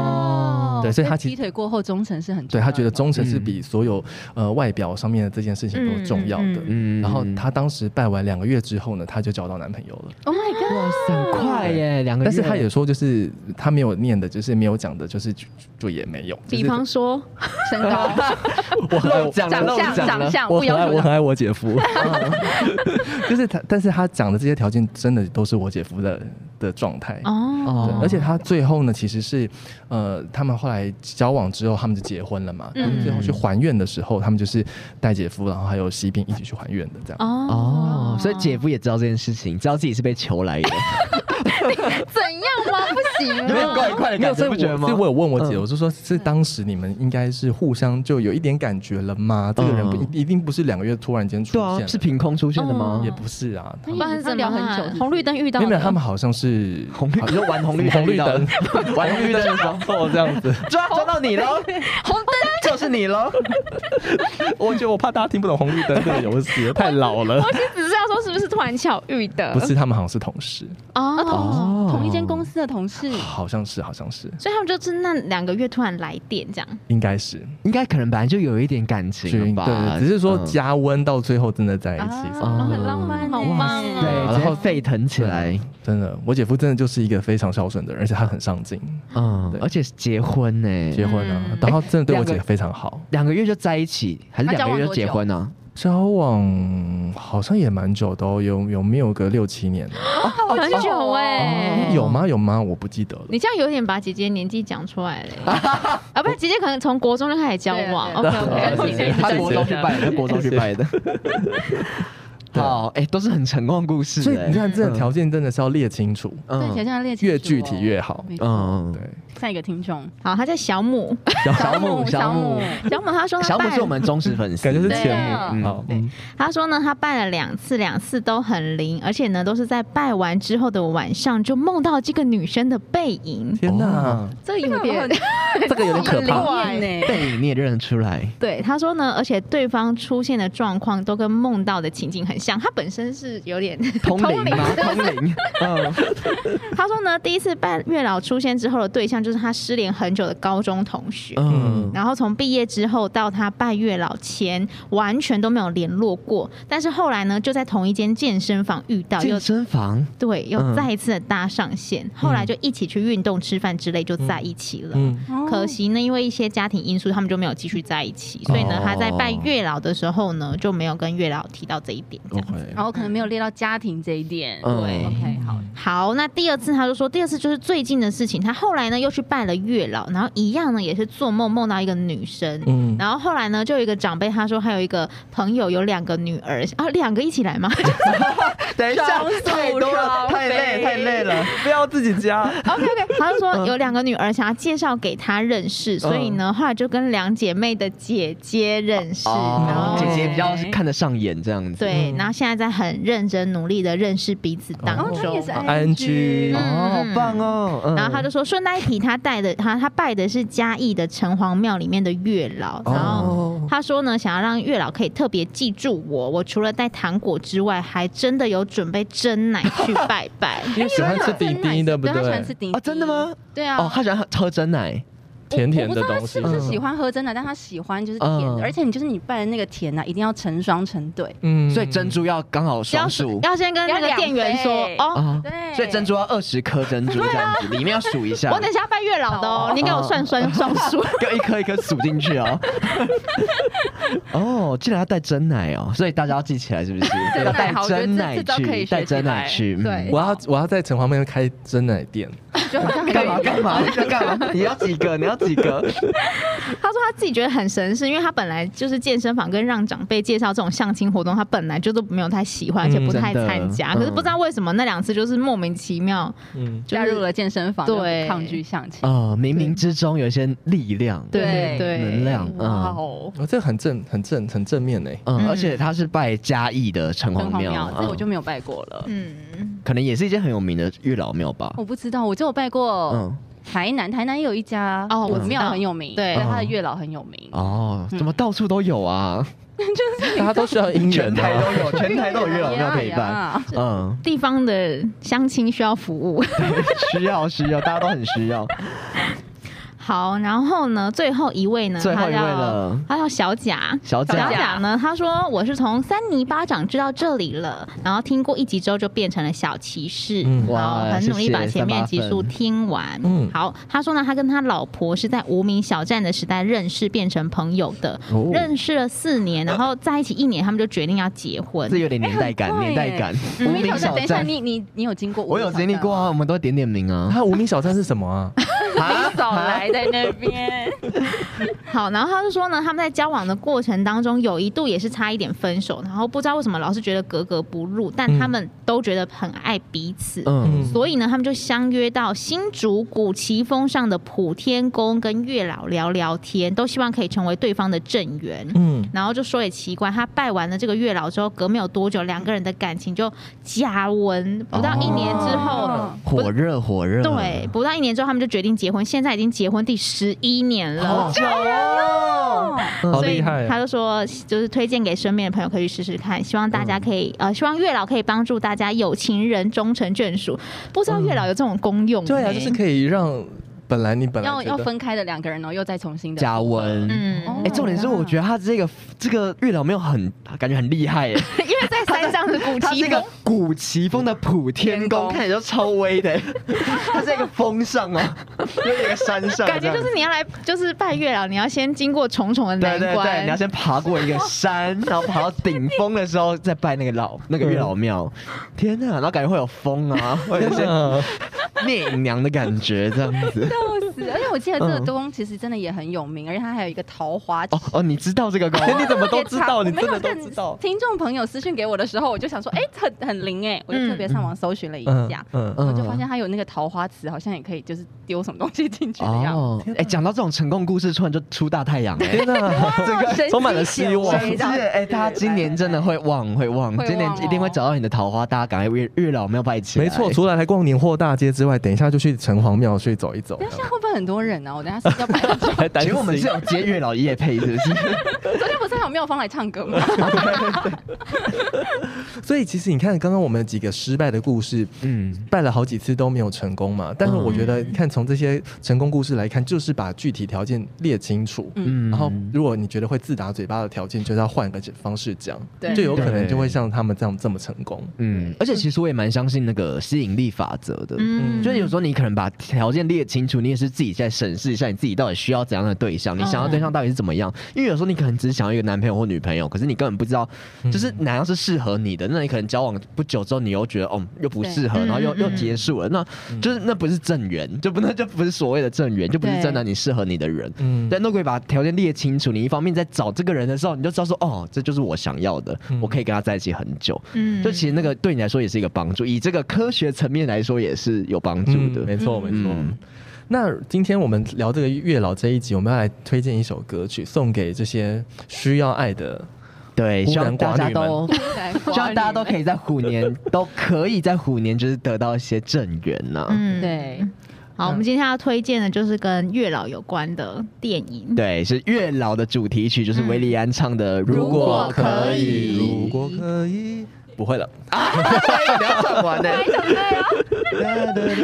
[SPEAKER 3] 哦
[SPEAKER 1] 对，所以他其
[SPEAKER 2] 劈
[SPEAKER 1] 实。
[SPEAKER 2] 腿过后忠诚是很重
[SPEAKER 1] 对
[SPEAKER 2] 要
[SPEAKER 1] 他
[SPEAKER 2] 的
[SPEAKER 1] 觉得忠诚是比所有、呃外表上面的这件事情都重要的，
[SPEAKER 4] 嗯嗯嗯
[SPEAKER 3] 嗯
[SPEAKER 1] 然后她当时拜完两个月之后呢，她就交到男朋友了。
[SPEAKER 2] Oh my god！
[SPEAKER 3] 哇塞，很快耶，两个月，
[SPEAKER 1] 但是她也说，就是她没有念的，就是没有讲的，就是就就也没有。
[SPEAKER 4] 比方说，
[SPEAKER 2] 身 高、
[SPEAKER 1] 我很爱我
[SPEAKER 3] 讲了
[SPEAKER 2] 长相、
[SPEAKER 3] 讲了
[SPEAKER 2] 长相不
[SPEAKER 1] 我很
[SPEAKER 2] 要
[SPEAKER 1] 爱
[SPEAKER 2] 求
[SPEAKER 1] 我
[SPEAKER 2] 的。
[SPEAKER 1] 很爱我姐夫，就是她，但是她讲的这些条件真的都是我姐夫的的状态。
[SPEAKER 4] 哦，
[SPEAKER 1] 对
[SPEAKER 3] 哦，
[SPEAKER 1] 而且她最后呢，其实是，呃，他们后来交往之后，他们就结婚了嘛。他
[SPEAKER 4] 嗯
[SPEAKER 1] 们最
[SPEAKER 3] 嗯
[SPEAKER 1] 后去还愿的时候，他们就是带姐夫，然后还有喜饼一起去还愿的这样。
[SPEAKER 3] 哦，所以姐夫也知道这件事情，知道自己是被求来的，
[SPEAKER 4] 怎样吗？不行
[SPEAKER 3] 有点怪怪的
[SPEAKER 1] 没有，
[SPEAKER 3] 感
[SPEAKER 1] 所
[SPEAKER 3] 觉，不
[SPEAKER 1] 以我
[SPEAKER 3] 觉得吗
[SPEAKER 1] 所以？我有问我姐，
[SPEAKER 3] 嗯
[SPEAKER 1] 我就说是当时你们应该是互相就有一点感觉了吗？这个人不
[SPEAKER 3] 嗯
[SPEAKER 1] 一定不是两个月突然间出
[SPEAKER 3] 对
[SPEAKER 1] 现
[SPEAKER 3] 啊，
[SPEAKER 1] 了，
[SPEAKER 3] 是凭空出现的吗
[SPEAKER 4] 嗯
[SPEAKER 1] 也？不是啊。
[SPEAKER 2] 那
[SPEAKER 4] 不然怎么
[SPEAKER 2] 聊很
[SPEAKER 4] 办
[SPEAKER 2] 久是不是
[SPEAKER 4] 红绿灯遇到
[SPEAKER 1] 没有，没有
[SPEAKER 4] 的
[SPEAKER 1] 他们好像是
[SPEAKER 3] 红绿就玩红绿
[SPEAKER 1] 红绿
[SPEAKER 3] 到
[SPEAKER 1] 灯，
[SPEAKER 3] 玩红绿灯的时候
[SPEAKER 1] 哦这样子。
[SPEAKER 3] 抓抓到你喽，
[SPEAKER 4] 红灯，
[SPEAKER 3] 就是你 喽。
[SPEAKER 1] 我觉得我怕大家听不懂红绿灯这个游戏，太老了。
[SPEAKER 4] 我只是要说说是不是突然巧遇的？
[SPEAKER 1] 不是，他们好像是同事，
[SPEAKER 2] 啊，同
[SPEAKER 4] 哦，
[SPEAKER 1] 哦
[SPEAKER 2] 同一间公司的同事，
[SPEAKER 1] 好像是，好像是，
[SPEAKER 4] 所以他们就是那两个月突然来电这样。
[SPEAKER 1] 应该是。
[SPEAKER 3] 应该可能本来就有一点感
[SPEAKER 1] 对
[SPEAKER 3] 情了吧，
[SPEAKER 1] 对，只是说嗯
[SPEAKER 3] 嗯
[SPEAKER 1] 加温到最后真的在一起，
[SPEAKER 2] 啊，很浪漫，
[SPEAKER 4] 好棒哦
[SPEAKER 2] 啊
[SPEAKER 3] 对，
[SPEAKER 1] 然
[SPEAKER 3] 然后
[SPEAKER 1] 后
[SPEAKER 3] 沸腾起来，
[SPEAKER 1] 真的，我姐夫真的就是一个非常孝顺的人，而且他很上进，
[SPEAKER 3] 嗯，
[SPEAKER 1] 对
[SPEAKER 3] 而且是结婚呢，
[SPEAKER 1] 结婚啊
[SPEAKER 4] 嗯，
[SPEAKER 1] 然后真的对我
[SPEAKER 3] 两个
[SPEAKER 1] 姐非常好，
[SPEAKER 3] 两个月就在一起，还是
[SPEAKER 2] 那
[SPEAKER 3] 两
[SPEAKER 2] 交
[SPEAKER 3] 个
[SPEAKER 2] 往
[SPEAKER 3] 月就
[SPEAKER 2] 多
[SPEAKER 3] 结
[SPEAKER 2] 久
[SPEAKER 3] 婚啊呢？
[SPEAKER 1] 交往好像也蛮久的、哦，有有没有个六七年？
[SPEAKER 4] 很
[SPEAKER 2] 欸
[SPEAKER 4] 久哎、
[SPEAKER 1] 哦有吗？有吗？我不记得了。
[SPEAKER 4] 你这样有点把姐姐年纪讲出来了耶、啊，不是姐姐可能从国中就开始交往。
[SPEAKER 2] 对
[SPEAKER 4] OK
[SPEAKER 3] 啊
[SPEAKER 2] 对
[SPEAKER 4] OK，
[SPEAKER 2] 对 对
[SPEAKER 3] 他国中去拜的，他国中去拜的。
[SPEAKER 1] 对
[SPEAKER 3] 好，哎，都是很成功的故事，
[SPEAKER 1] 所以你
[SPEAKER 3] 哎
[SPEAKER 1] 看，这个条件真的是要列清楚，
[SPEAKER 2] 对，
[SPEAKER 3] 嗯
[SPEAKER 2] 条件要列清楚哦
[SPEAKER 1] 越具体越好。
[SPEAKER 2] 没错。
[SPEAKER 3] 嗯，
[SPEAKER 1] 对，
[SPEAKER 2] 下一个听众，
[SPEAKER 4] 好，他叫小母，
[SPEAKER 3] 小母
[SPEAKER 2] 小
[SPEAKER 3] 小
[SPEAKER 2] 母
[SPEAKER 3] 母，
[SPEAKER 4] 小母她说她
[SPEAKER 3] 小
[SPEAKER 4] 拜
[SPEAKER 3] 母
[SPEAKER 4] 了，
[SPEAKER 3] 是我们忠实粉丝，
[SPEAKER 1] 感觉是
[SPEAKER 2] 对啊
[SPEAKER 1] 前母。好，嗯
[SPEAKER 4] 她说呢，她拜了两次，两次都很灵，而且呢都是在拜完之后的晚上就梦到这个女生的背影，
[SPEAKER 1] 天哪，
[SPEAKER 4] 这个有点
[SPEAKER 3] 这个有点可怕，
[SPEAKER 2] 哦 很灵验呢。
[SPEAKER 3] 背影你也认得出来，
[SPEAKER 4] 对，他说呢，而且对方出现的状况都跟梦到的情景很像，他本身是有点
[SPEAKER 3] 通灵吗？通灵， 嗯，
[SPEAKER 4] 他说呢，第一次拜月老出现之后的对象就是他失联很久的高中同学。
[SPEAKER 3] 嗯，
[SPEAKER 4] 然后从毕业之后到他拜月老前，完全都没有联络过。但是后来呢，就在同一间健身房遇到，又
[SPEAKER 3] 健身房，
[SPEAKER 4] 对，又
[SPEAKER 3] 嗯
[SPEAKER 4] 再一次的搭上线。后来就一起去运动、吃饭之类，就在一起了。
[SPEAKER 1] 嗯，
[SPEAKER 4] 可惜呢，因为一些家庭因素，他们就没有继续在一起，所以呢
[SPEAKER 3] 哦，
[SPEAKER 4] 他在拜月老的时候呢，就没有跟月老提到这一点。这样
[SPEAKER 2] 哦，然后可能没有列到家庭这一点。
[SPEAKER 3] 嗯
[SPEAKER 2] 对，OK，好，
[SPEAKER 4] 好，那第二次他就说，第二次就是最近的事情，他后来呢又去拜了月老，然后一样呢也是做梦梦到一个女生。
[SPEAKER 1] 嗯，
[SPEAKER 4] 然后后来呢，就有一个长辈他说，还有一个朋友有两个女儿啊，两个一起来吗？
[SPEAKER 3] 等一下，太多了，太累，太累了，
[SPEAKER 1] 不要自己加。
[SPEAKER 4] 他就
[SPEAKER 3] 嗯
[SPEAKER 4] 说有两个女儿想要介绍给他认识，所以呢，后来就跟两姐妹的姐姐认识，然
[SPEAKER 3] 哦
[SPEAKER 4] 后，
[SPEAKER 3] 姐姐比较是看得上眼这样子，
[SPEAKER 4] 对
[SPEAKER 1] 嗯，
[SPEAKER 4] 然后现在在很认真努力的认识彼此当
[SPEAKER 2] 哦，他也
[SPEAKER 4] 中
[SPEAKER 2] 是。
[SPEAKER 1] 安居
[SPEAKER 2] 嗯
[SPEAKER 3] 哦，好棒哦，嗯
[SPEAKER 4] 然后他就说，顺带一提，他带的他他拜的是嘉义的城隍庙里面的月老。
[SPEAKER 3] 哦
[SPEAKER 4] 然后
[SPEAKER 2] 哦
[SPEAKER 4] 他说呢，想要让月老可以特别记住我，我除了带糖果之外，还真的有准备真奶去拜 拜。
[SPEAKER 1] 因为喜欢吃
[SPEAKER 2] 真
[SPEAKER 1] 滴
[SPEAKER 2] 奶
[SPEAKER 1] 滴，对不
[SPEAKER 2] 他喜欢吃
[SPEAKER 1] 对？
[SPEAKER 2] 丁
[SPEAKER 3] 啊，真的？吗？
[SPEAKER 2] 对啊。
[SPEAKER 3] 哦，他喜欢喝喝真奶，
[SPEAKER 1] 甜甜
[SPEAKER 2] 我
[SPEAKER 1] 的
[SPEAKER 2] 不知道
[SPEAKER 1] 东西
[SPEAKER 2] 他。是不是喜欢喝真奶？但他喜欢就是甜
[SPEAKER 3] 嗯
[SPEAKER 2] 的，而且你就是你拌的那个甜啊呢，一定要成双成对。
[SPEAKER 1] 嗯
[SPEAKER 3] 所以珍珠要刚好
[SPEAKER 4] 要
[SPEAKER 3] 双数。
[SPEAKER 4] 要先跟那个店员
[SPEAKER 2] 要
[SPEAKER 4] 说
[SPEAKER 2] 两杯
[SPEAKER 4] 哦。
[SPEAKER 3] 啊，
[SPEAKER 2] 对
[SPEAKER 3] 所以珍珠要二十颗珍珠这样子，里面要数一下，
[SPEAKER 4] 我等一下拜月老的哦
[SPEAKER 2] 哦，
[SPEAKER 4] 你给我算算算 数。
[SPEAKER 3] 要一颗一颗数进去哦。哦，竟然要带真奶哦，所以大家要记起来是不是？
[SPEAKER 2] 真
[SPEAKER 3] 要
[SPEAKER 2] 奶
[SPEAKER 3] 带
[SPEAKER 2] 好我觉得
[SPEAKER 3] 真
[SPEAKER 2] 这
[SPEAKER 3] 奶
[SPEAKER 2] 这招可以
[SPEAKER 3] 去，
[SPEAKER 2] 学
[SPEAKER 3] 带
[SPEAKER 2] 起
[SPEAKER 3] 真奶
[SPEAKER 2] 来
[SPEAKER 3] 去。嗯
[SPEAKER 4] 对
[SPEAKER 1] 我要我要在城隍庙开真奶店，
[SPEAKER 2] 就好像很
[SPEAKER 3] 干嘛干嘛？你要干嘛？你要几个？你要几个？
[SPEAKER 4] 他说他自己觉得很神是因为他本来就是健身房跟让长辈介绍这种相亲活动，他本来就都没有太喜欢，而且不太参加。
[SPEAKER 3] 嗯真的
[SPEAKER 4] 可是不知道为什么那两次就是莫名其妙，
[SPEAKER 1] 嗯，
[SPEAKER 4] 就
[SPEAKER 2] 加
[SPEAKER 4] 是
[SPEAKER 2] 入了健身房，
[SPEAKER 4] 对
[SPEAKER 2] 就抗拒相亲。
[SPEAKER 3] 哦，冥冥之中有一些力量，
[SPEAKER 4] 对
[SPEAKER 2] 对
[SPEAKER 4] 对
[SPEAKER 3] 能量，
[SPEAKER 2] 哇
[SPEAKER 3] 嗯
[SPEAKER 2] 哦，
[SPEAKER 1] 哦，这个很正很正很正面呢。
[SPEAKER 3] 嗯，
[SPEAKER 4] 嗯
[SPEAKER 3] 而且他是拜嘉义的城
[SPEAKER 2] 城
[SPEAKER 3] 隍
[SPEAKER 2] 隍
[SPEAKER 3] 庙
[SPEAKER 2] 庙，，这我
[SPEAKER 3] 嗯
[SPEAKER 2] 就没有拜过了。
[SPEAKER 4] 嗯，
[SPEAKER 3] 可能也是一间很有名的月老庙吧。
[SPEAKER 2] 我不知道，我就有拜过
[SPEAKER 3] 嗯，
[SPEAKER 2] 台南，台南也有一家
[SPEAKER 4] 哦我知道
[SPEAKER 2] 庙很有名，
[SPEAKER 4] 对
[SPEAKER 2] 它的月老很有名。
[SPEAKER 3] 嗯哦，怎么到处都有啊？
[SPEAKER 1] 大家都需要姻缘的啊。
[SPEAKER 3] 有，全台都有月老庙可以
[SPEAKER 2] 哎
[SPEAKER 3] 拜。
[SPEAKER 2] 呀
[SPEAKER 3] 嗯，
[SPEAKER 4] 地方的相亲需要服务。
[SPEAKER 3] 需要需要，大家都很需要。
[SPEAKER 4] 好，然后呢，最后一位呢，
[SPEAKER 3] 最后一位
[SPEAKER 4] 他叫
[SPEAKER 3] 了
[SPEAKER 4] 他叫小贾，
[SPEAKER 3] 小贾
[SPEAKER 4] 小贾呢，他说我是从三尼巴掌知道这里了，然后听过一集之后就变成了小骑士，
[SPEAKER 1] 嗯
[SPEAKER 4] 然后
[SPEAKER 3] 哇
[SPEAKER 4] 很努力
[SPEAKER 3] 谢谢
[SPEAKER 4] 把前面集数听完。
[SPEAKER 1] 分嗯
[SPEAKER 4] 好，他说呢，他跟他老婆是在无名小站的时代认识，变成朋友的，
[SPEAKER 1] 哦
[SPEAKER 4] 认识了四年，然后在一起一年，他们就决定要结婚
[SPEAKER 3] 这。有点年代
[SPEAKER 2] 哎
[SPEAKER 3] 感，
[SPEAKER 2] 很
[SPEAKER 3] 年
[SPEAKER 2] 快
[SPEAKER 3] 代感。
[SPEAKER 2] 嗯
[SPEAKER 3] 无
[SPEAKER 2] 无名
[SPEAKER 3] 名
[SPEAKER 2] 小站，
[SPEAKER 3] 小
[SPEAKER 2] 等一下，
[SPEAKER 3] 站，
[SPEAKER 2] 你你你有经过？
[SPEAKER 3] 我有经历过，啊，我们都会点点名啊。
[SPEAKER 1] 他无名小站是什么啊？
[SPEAKER 2] 你少来在那边。
[SPEAKER 4] 好，然后他就说呢，他们在交往的过程当中，有一度也是差一点分手，然后不知道为什么老是觉得格格不入，
[SPEAKER 1] 嗯
[SPEAKER 4] 但他们都觉得很爱彼此。
[SPEAKER 3] 嗯，
[SPEAKER 4] 所以呢，他们就相约到新竹古奇峰上的普天宫跟月老聊聊天，都希望可以成为对方的正缘。
[SPEAKER 1] 嗯，
[SPEAKER 4] 然后就说也奇怪，他拜完了这个月老之后，隔没有多久，两个人的感情就加温，不到一年之后。
[SPEAKER 2] 哦
[SPEAKER 3] 火热火热。
[SPEAKER 4] 对，，不到一年之后，他们就决定结婚。现在已经结婚第十一年了，
[SPEAKER 3] 好久哦。
[SPEAKER 1] 好
[SPEAKER 4] 所以
[SPEAKER 1] 厉害啊
[SPEAKER 4] 他就说，就是推荐给身边的朋友可以试试看，希望大家可以、呃，希
[SPEAKER 1] 嗯
[SPEAKER 4] 望月老可以帮助大家有情人终成眷属。不知道月老有这种功用、欸
[SPEAKER 1] 嗯对啊，就是可以让本来你本来
[SPEAKER 2] 要
[SPEAKER 1] 觉
[SPEAKER 2] 要
[SPEAKER 1] 得
[SPEAKER 2] 分开的两个人哦，又再重新的
[SPEAKER 3] 加温。
[SPEAKER 4] 嗯，
[SPEAKER 2] 哦
[SPEAKER 3] 哎、重点是我觉得他这个这个月老没有很感觉很厉害耶，
[SPEAKER 4] 因为在山上是古
[SPEAKER 3] 他
[SPEAKER 4] 奇
[SPEAKER 3] 是一
[SPEAKER 4] 峰
[SPEAKER 3] 个，古奇峰的普天
[SPEAKER 2] 天
[SPEAKER 3] 宫，
[SPEAKER 2] 宫
[SPEAKER 3] 看起来就超威的， 他在一个峰上哦，就一个山 上这样，
[SPEAKER 4] 感觉就是你要来就是拜月老，你要先经过重重的
[SPEAKER 3] 对
[SPEAKER 4] 难
[SPEAKER 3] 对
[SPEAKER 4] 关。
[SPEAKER 3] 对，你要先爬过一个山，然后爬到顶峰的时候再拜那个老那个月老 庙。天哪，然后感觉会有风啊，会有 一些
[SPEAKER 1] 嗯
[SPEAKER 3] 聂隐娘的感觉这样 子。
[SPEAKER 2] 笑死！而且我记得这个宫其实真的也很有名，而且它还有一个桃花池
[SPEAKER 3] 嗯哦哦，你知道这个歌？
[SPEAKER 1] 哎你怎么都
[SPEAKER 2] 也
[SPEAKER 1] 知
[SPEAKER 2] 查
[SPEAKER 1] 道？
[SPEAKER 2] 我
[SPEAKER 1] 你
[SPEAKER 2] 没
[SPEAKER 1] 真
[SPEAKER 2] 有
[SPEAKER 1] 的都
[SPEAKER 2] 但
[SPEAKER 1] 知道？
[SPEAKER 2] 听众朋友私讯给我的时候，我就想说，哎、很很灵哎、我就特别
[SPEAKER 3] 嗯
[SPEAKER 2] 上网搜寻了一下，
[SPEAKER 1] 嗯
[SPEAKER 2] 我就发现它有那个桃花池，好像也可以就是丢什么东西进去的样子。
[SPEAKER 3] 哦，哎，讲到这种成功故事，突然就出大太阳哎。
[SPEAKER 1] 天哪，
[SPEAKER 3] 这个
[SPEAKER 2] 神奇
[SPEAKER 1] 充满了希望
[SPEAKER 2] 显
[SPEAKER 3] 神
[SPEAKER 2] 微这
[SPEAKER 3] 是
[SPEAKER 2] 样子
[SPEAKER 3] 哎，大家今年真的会旺会旺，
[SPEAKER 2] 会
[SPEAKER 3] 今年
[SPEAKER 2] 旺哦
[SPEAKER 3] 一定会找到你的桃花，大家赶快月月老庙拜起来。
[SPEAKER 1] 没错，除了来逛年货大街之外，等一下就去城隍庙去走一走
[SPEAKER 2] 那。现在会不会很多人呢、啊我等一下 是要拜。
[SPEAKER 1] 还担
[SPEAKER 3] 其
[SPEAKER 1] 心
[SPEAKER 3] 实我们是有接月老夜配，是不 是？
[SPEAKER 2] 昨天不是还有妙方来唱歌吗？
[SPEAKER 1] 所以其实你看，刚刚我们几个失败的故事，
[SPEAKER 3] 嗯，
[SPEAKER 1] 拜了好几次都没有成功嘛。但是我觉得，
[SPEAKER 4] 嗯
[SPEAKER 1] 你看从这些成功故事来看，就是把具体条件列清楚。
[SPEAKER 2] 嗯
[SPEAKER 1] 然后，如果你觉得会自打嘴巴的条件，就是要换个方式讲，
[SPEAKER 2] 对
[SPEAKER 1] 就有可能
[SPEAKER 3] 对
[SPEAKER 1] 就会像他们这样这么成功。
[SPEAKER 3] 嗯，而且其实我也蛮相信那个吸引力法则的。
[SPEAKER 4] 嗯
[SPEAKER 3] 就是有时候你可能把条件列清楚，你也是自己在审视一下你自己到底需要怎样的对
[SPEAKER 4] 嗯
[SPEAKER 3] 象，你想要对象到底是怎么样。因为有时候你可能只是想要一个男朋友或女朋友，可是你根本不知道，
[SPEAKER 4] 嗯
[SPEAKER 3] 就是哪样是适合你的。那你可能交往不久之后，你又觉得哦又不适合，
[SPEAKER 4] 对
[SPEAKER 3] 然后又
[SPEAKER 4] 嗯
[SPEAKER 3] 又
[SPEAKER 4] 嗯
[SPEAKER 3] 结束了，那就是那不是正缘，就不那就不是所谓的正缘，就不是
[SPEAKER 2] 对
[SPEAKER 3] 真的你适合你的人。
[SPEAKER 1] 嗯
[SPEAKER 3] 但都可以把条件列清楚。你一方面在找这个人的时候，你就知道说哦，这就是我想要的，
[SPEAKER 1] 嗯
[SPEAKER 3] 我可以跟他在一起很久。
[SPEAKER 4] 嗯
[SPEAKER 3] 就其实那个对你来说也是一个帮助，以这个科学层面来说也是有帮助
[SPEAKER 1] 嗯
[SPEAKER 3] 的。
[SPEAKER 1] 没错没错。
[SPEAKER 3] 嗯
[SPEAKER 1] 那今天我们聊这个月老这一集，我们要来推荐一首歌曲，送给这些需要爱的。
[SPEAKER 3] 对，
[SPEAKER 1] 孤
[SPEAKER 3] 希望
[SPEAKER 1] 男
[SPEAKER 3] 大
[SPEAKER 1] 寡
[SPEAKER 3] 家
[SPEAKER 1] 女
[SPEAKER 3] 都， 希望大家都可以在虎 年都可以在虎年就是得到一些正缘啊呐、
[SPEAKER 4] 嗯。
[SPEAKER 2] 对，
[SPEAKER 4] 好，我们今天要推荐的就是跟月老有关的电影。
[SPEAKER 3] 对，是月老的主题曲，就是维里安唱的《如
[SPEAKER 4] 果可以
[SPEAKER 1] 如果可以，不会了。
[SPEAKER 3] 不要唱完呢、欸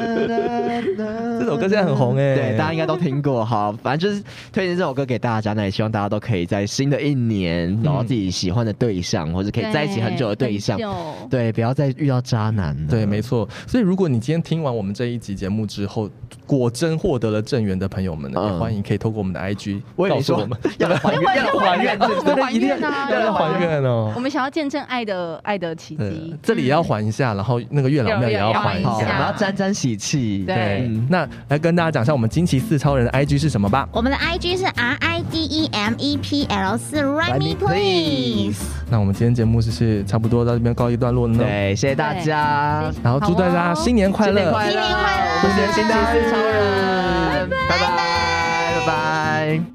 [SPEAKER 1] 这首歌现在很红哎、
[SPEAKER 3] 嗯对，大家应该都听过。好，反正就是推荐这首歌给大家，那也希望大家都可以在新的一年找到自己喜欢的对象，或者可以在一起很久的对象
[SPEAKER 2] 很。久
[SPEAKER 3] 对，不要再遇到渣男了。
[SPEAKER 1] 对，没错。所以，如果你今天听完我们这一集节目之后，果真获得了正缘的朋友们呢，也
[SPEAKER 3] 嗯
[SPEAKER 1] 欢迎可以透过我们的 IG
[SPEAKER 3] 我以为
[SPEAKER 1] 告
[SPEAKER 3] 你
[SPEAKER 1] 诉
[SPEAKER 3] 说
[SPEAKER 1] 我们，
[SPEAKER 3] 要来还愿，要还愿，对对对，
[SPEAKER 2] 还
[SPEAKER 3] 一定
[SPEAKER 2] 愿
[SPEAKER 3] 要
[SPEAKER 2] 啊，
[SPEAKER 1] 要来还愿哦
[SPEAKER 2] 我。们想要见证爱的爱的奇
[SPEAKER 3] 嗯
[SPEAKER 2] 迹
[SPEAKER 1] 对，。这里也要还一下，然后那个月老庙也要还一
[SPEAKER 3] 好，
[SPEAKER 2] 好
[SPEAKER 3] 我们
[SPEAKER 1] 下。
[SPEAKER 3] 要沾沾喜气。
[SPEAKER 2] 对
[SPEAKER 1] 对
[SPEAKER 3] 嗯，
[SPEAKER 1] 那来跟大家讲一下我们惊奇四超人的 IG 是什么吧。
[SPEAKER 4] 我们的 IG 是 R I D E M E P L 四 Run Me Please。
[SPEAKER 1] 那我们今天节目就是差不多到这边告一段落了呢。
[SPEAKER 3] 对，谢谢大家，
[SPEAKER 1] 然后祝大家新年快乐，
[SPEAKER 3] 新年快乐，我们是星期四超人，拜拜，拜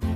[SPEAKER 3] 拜。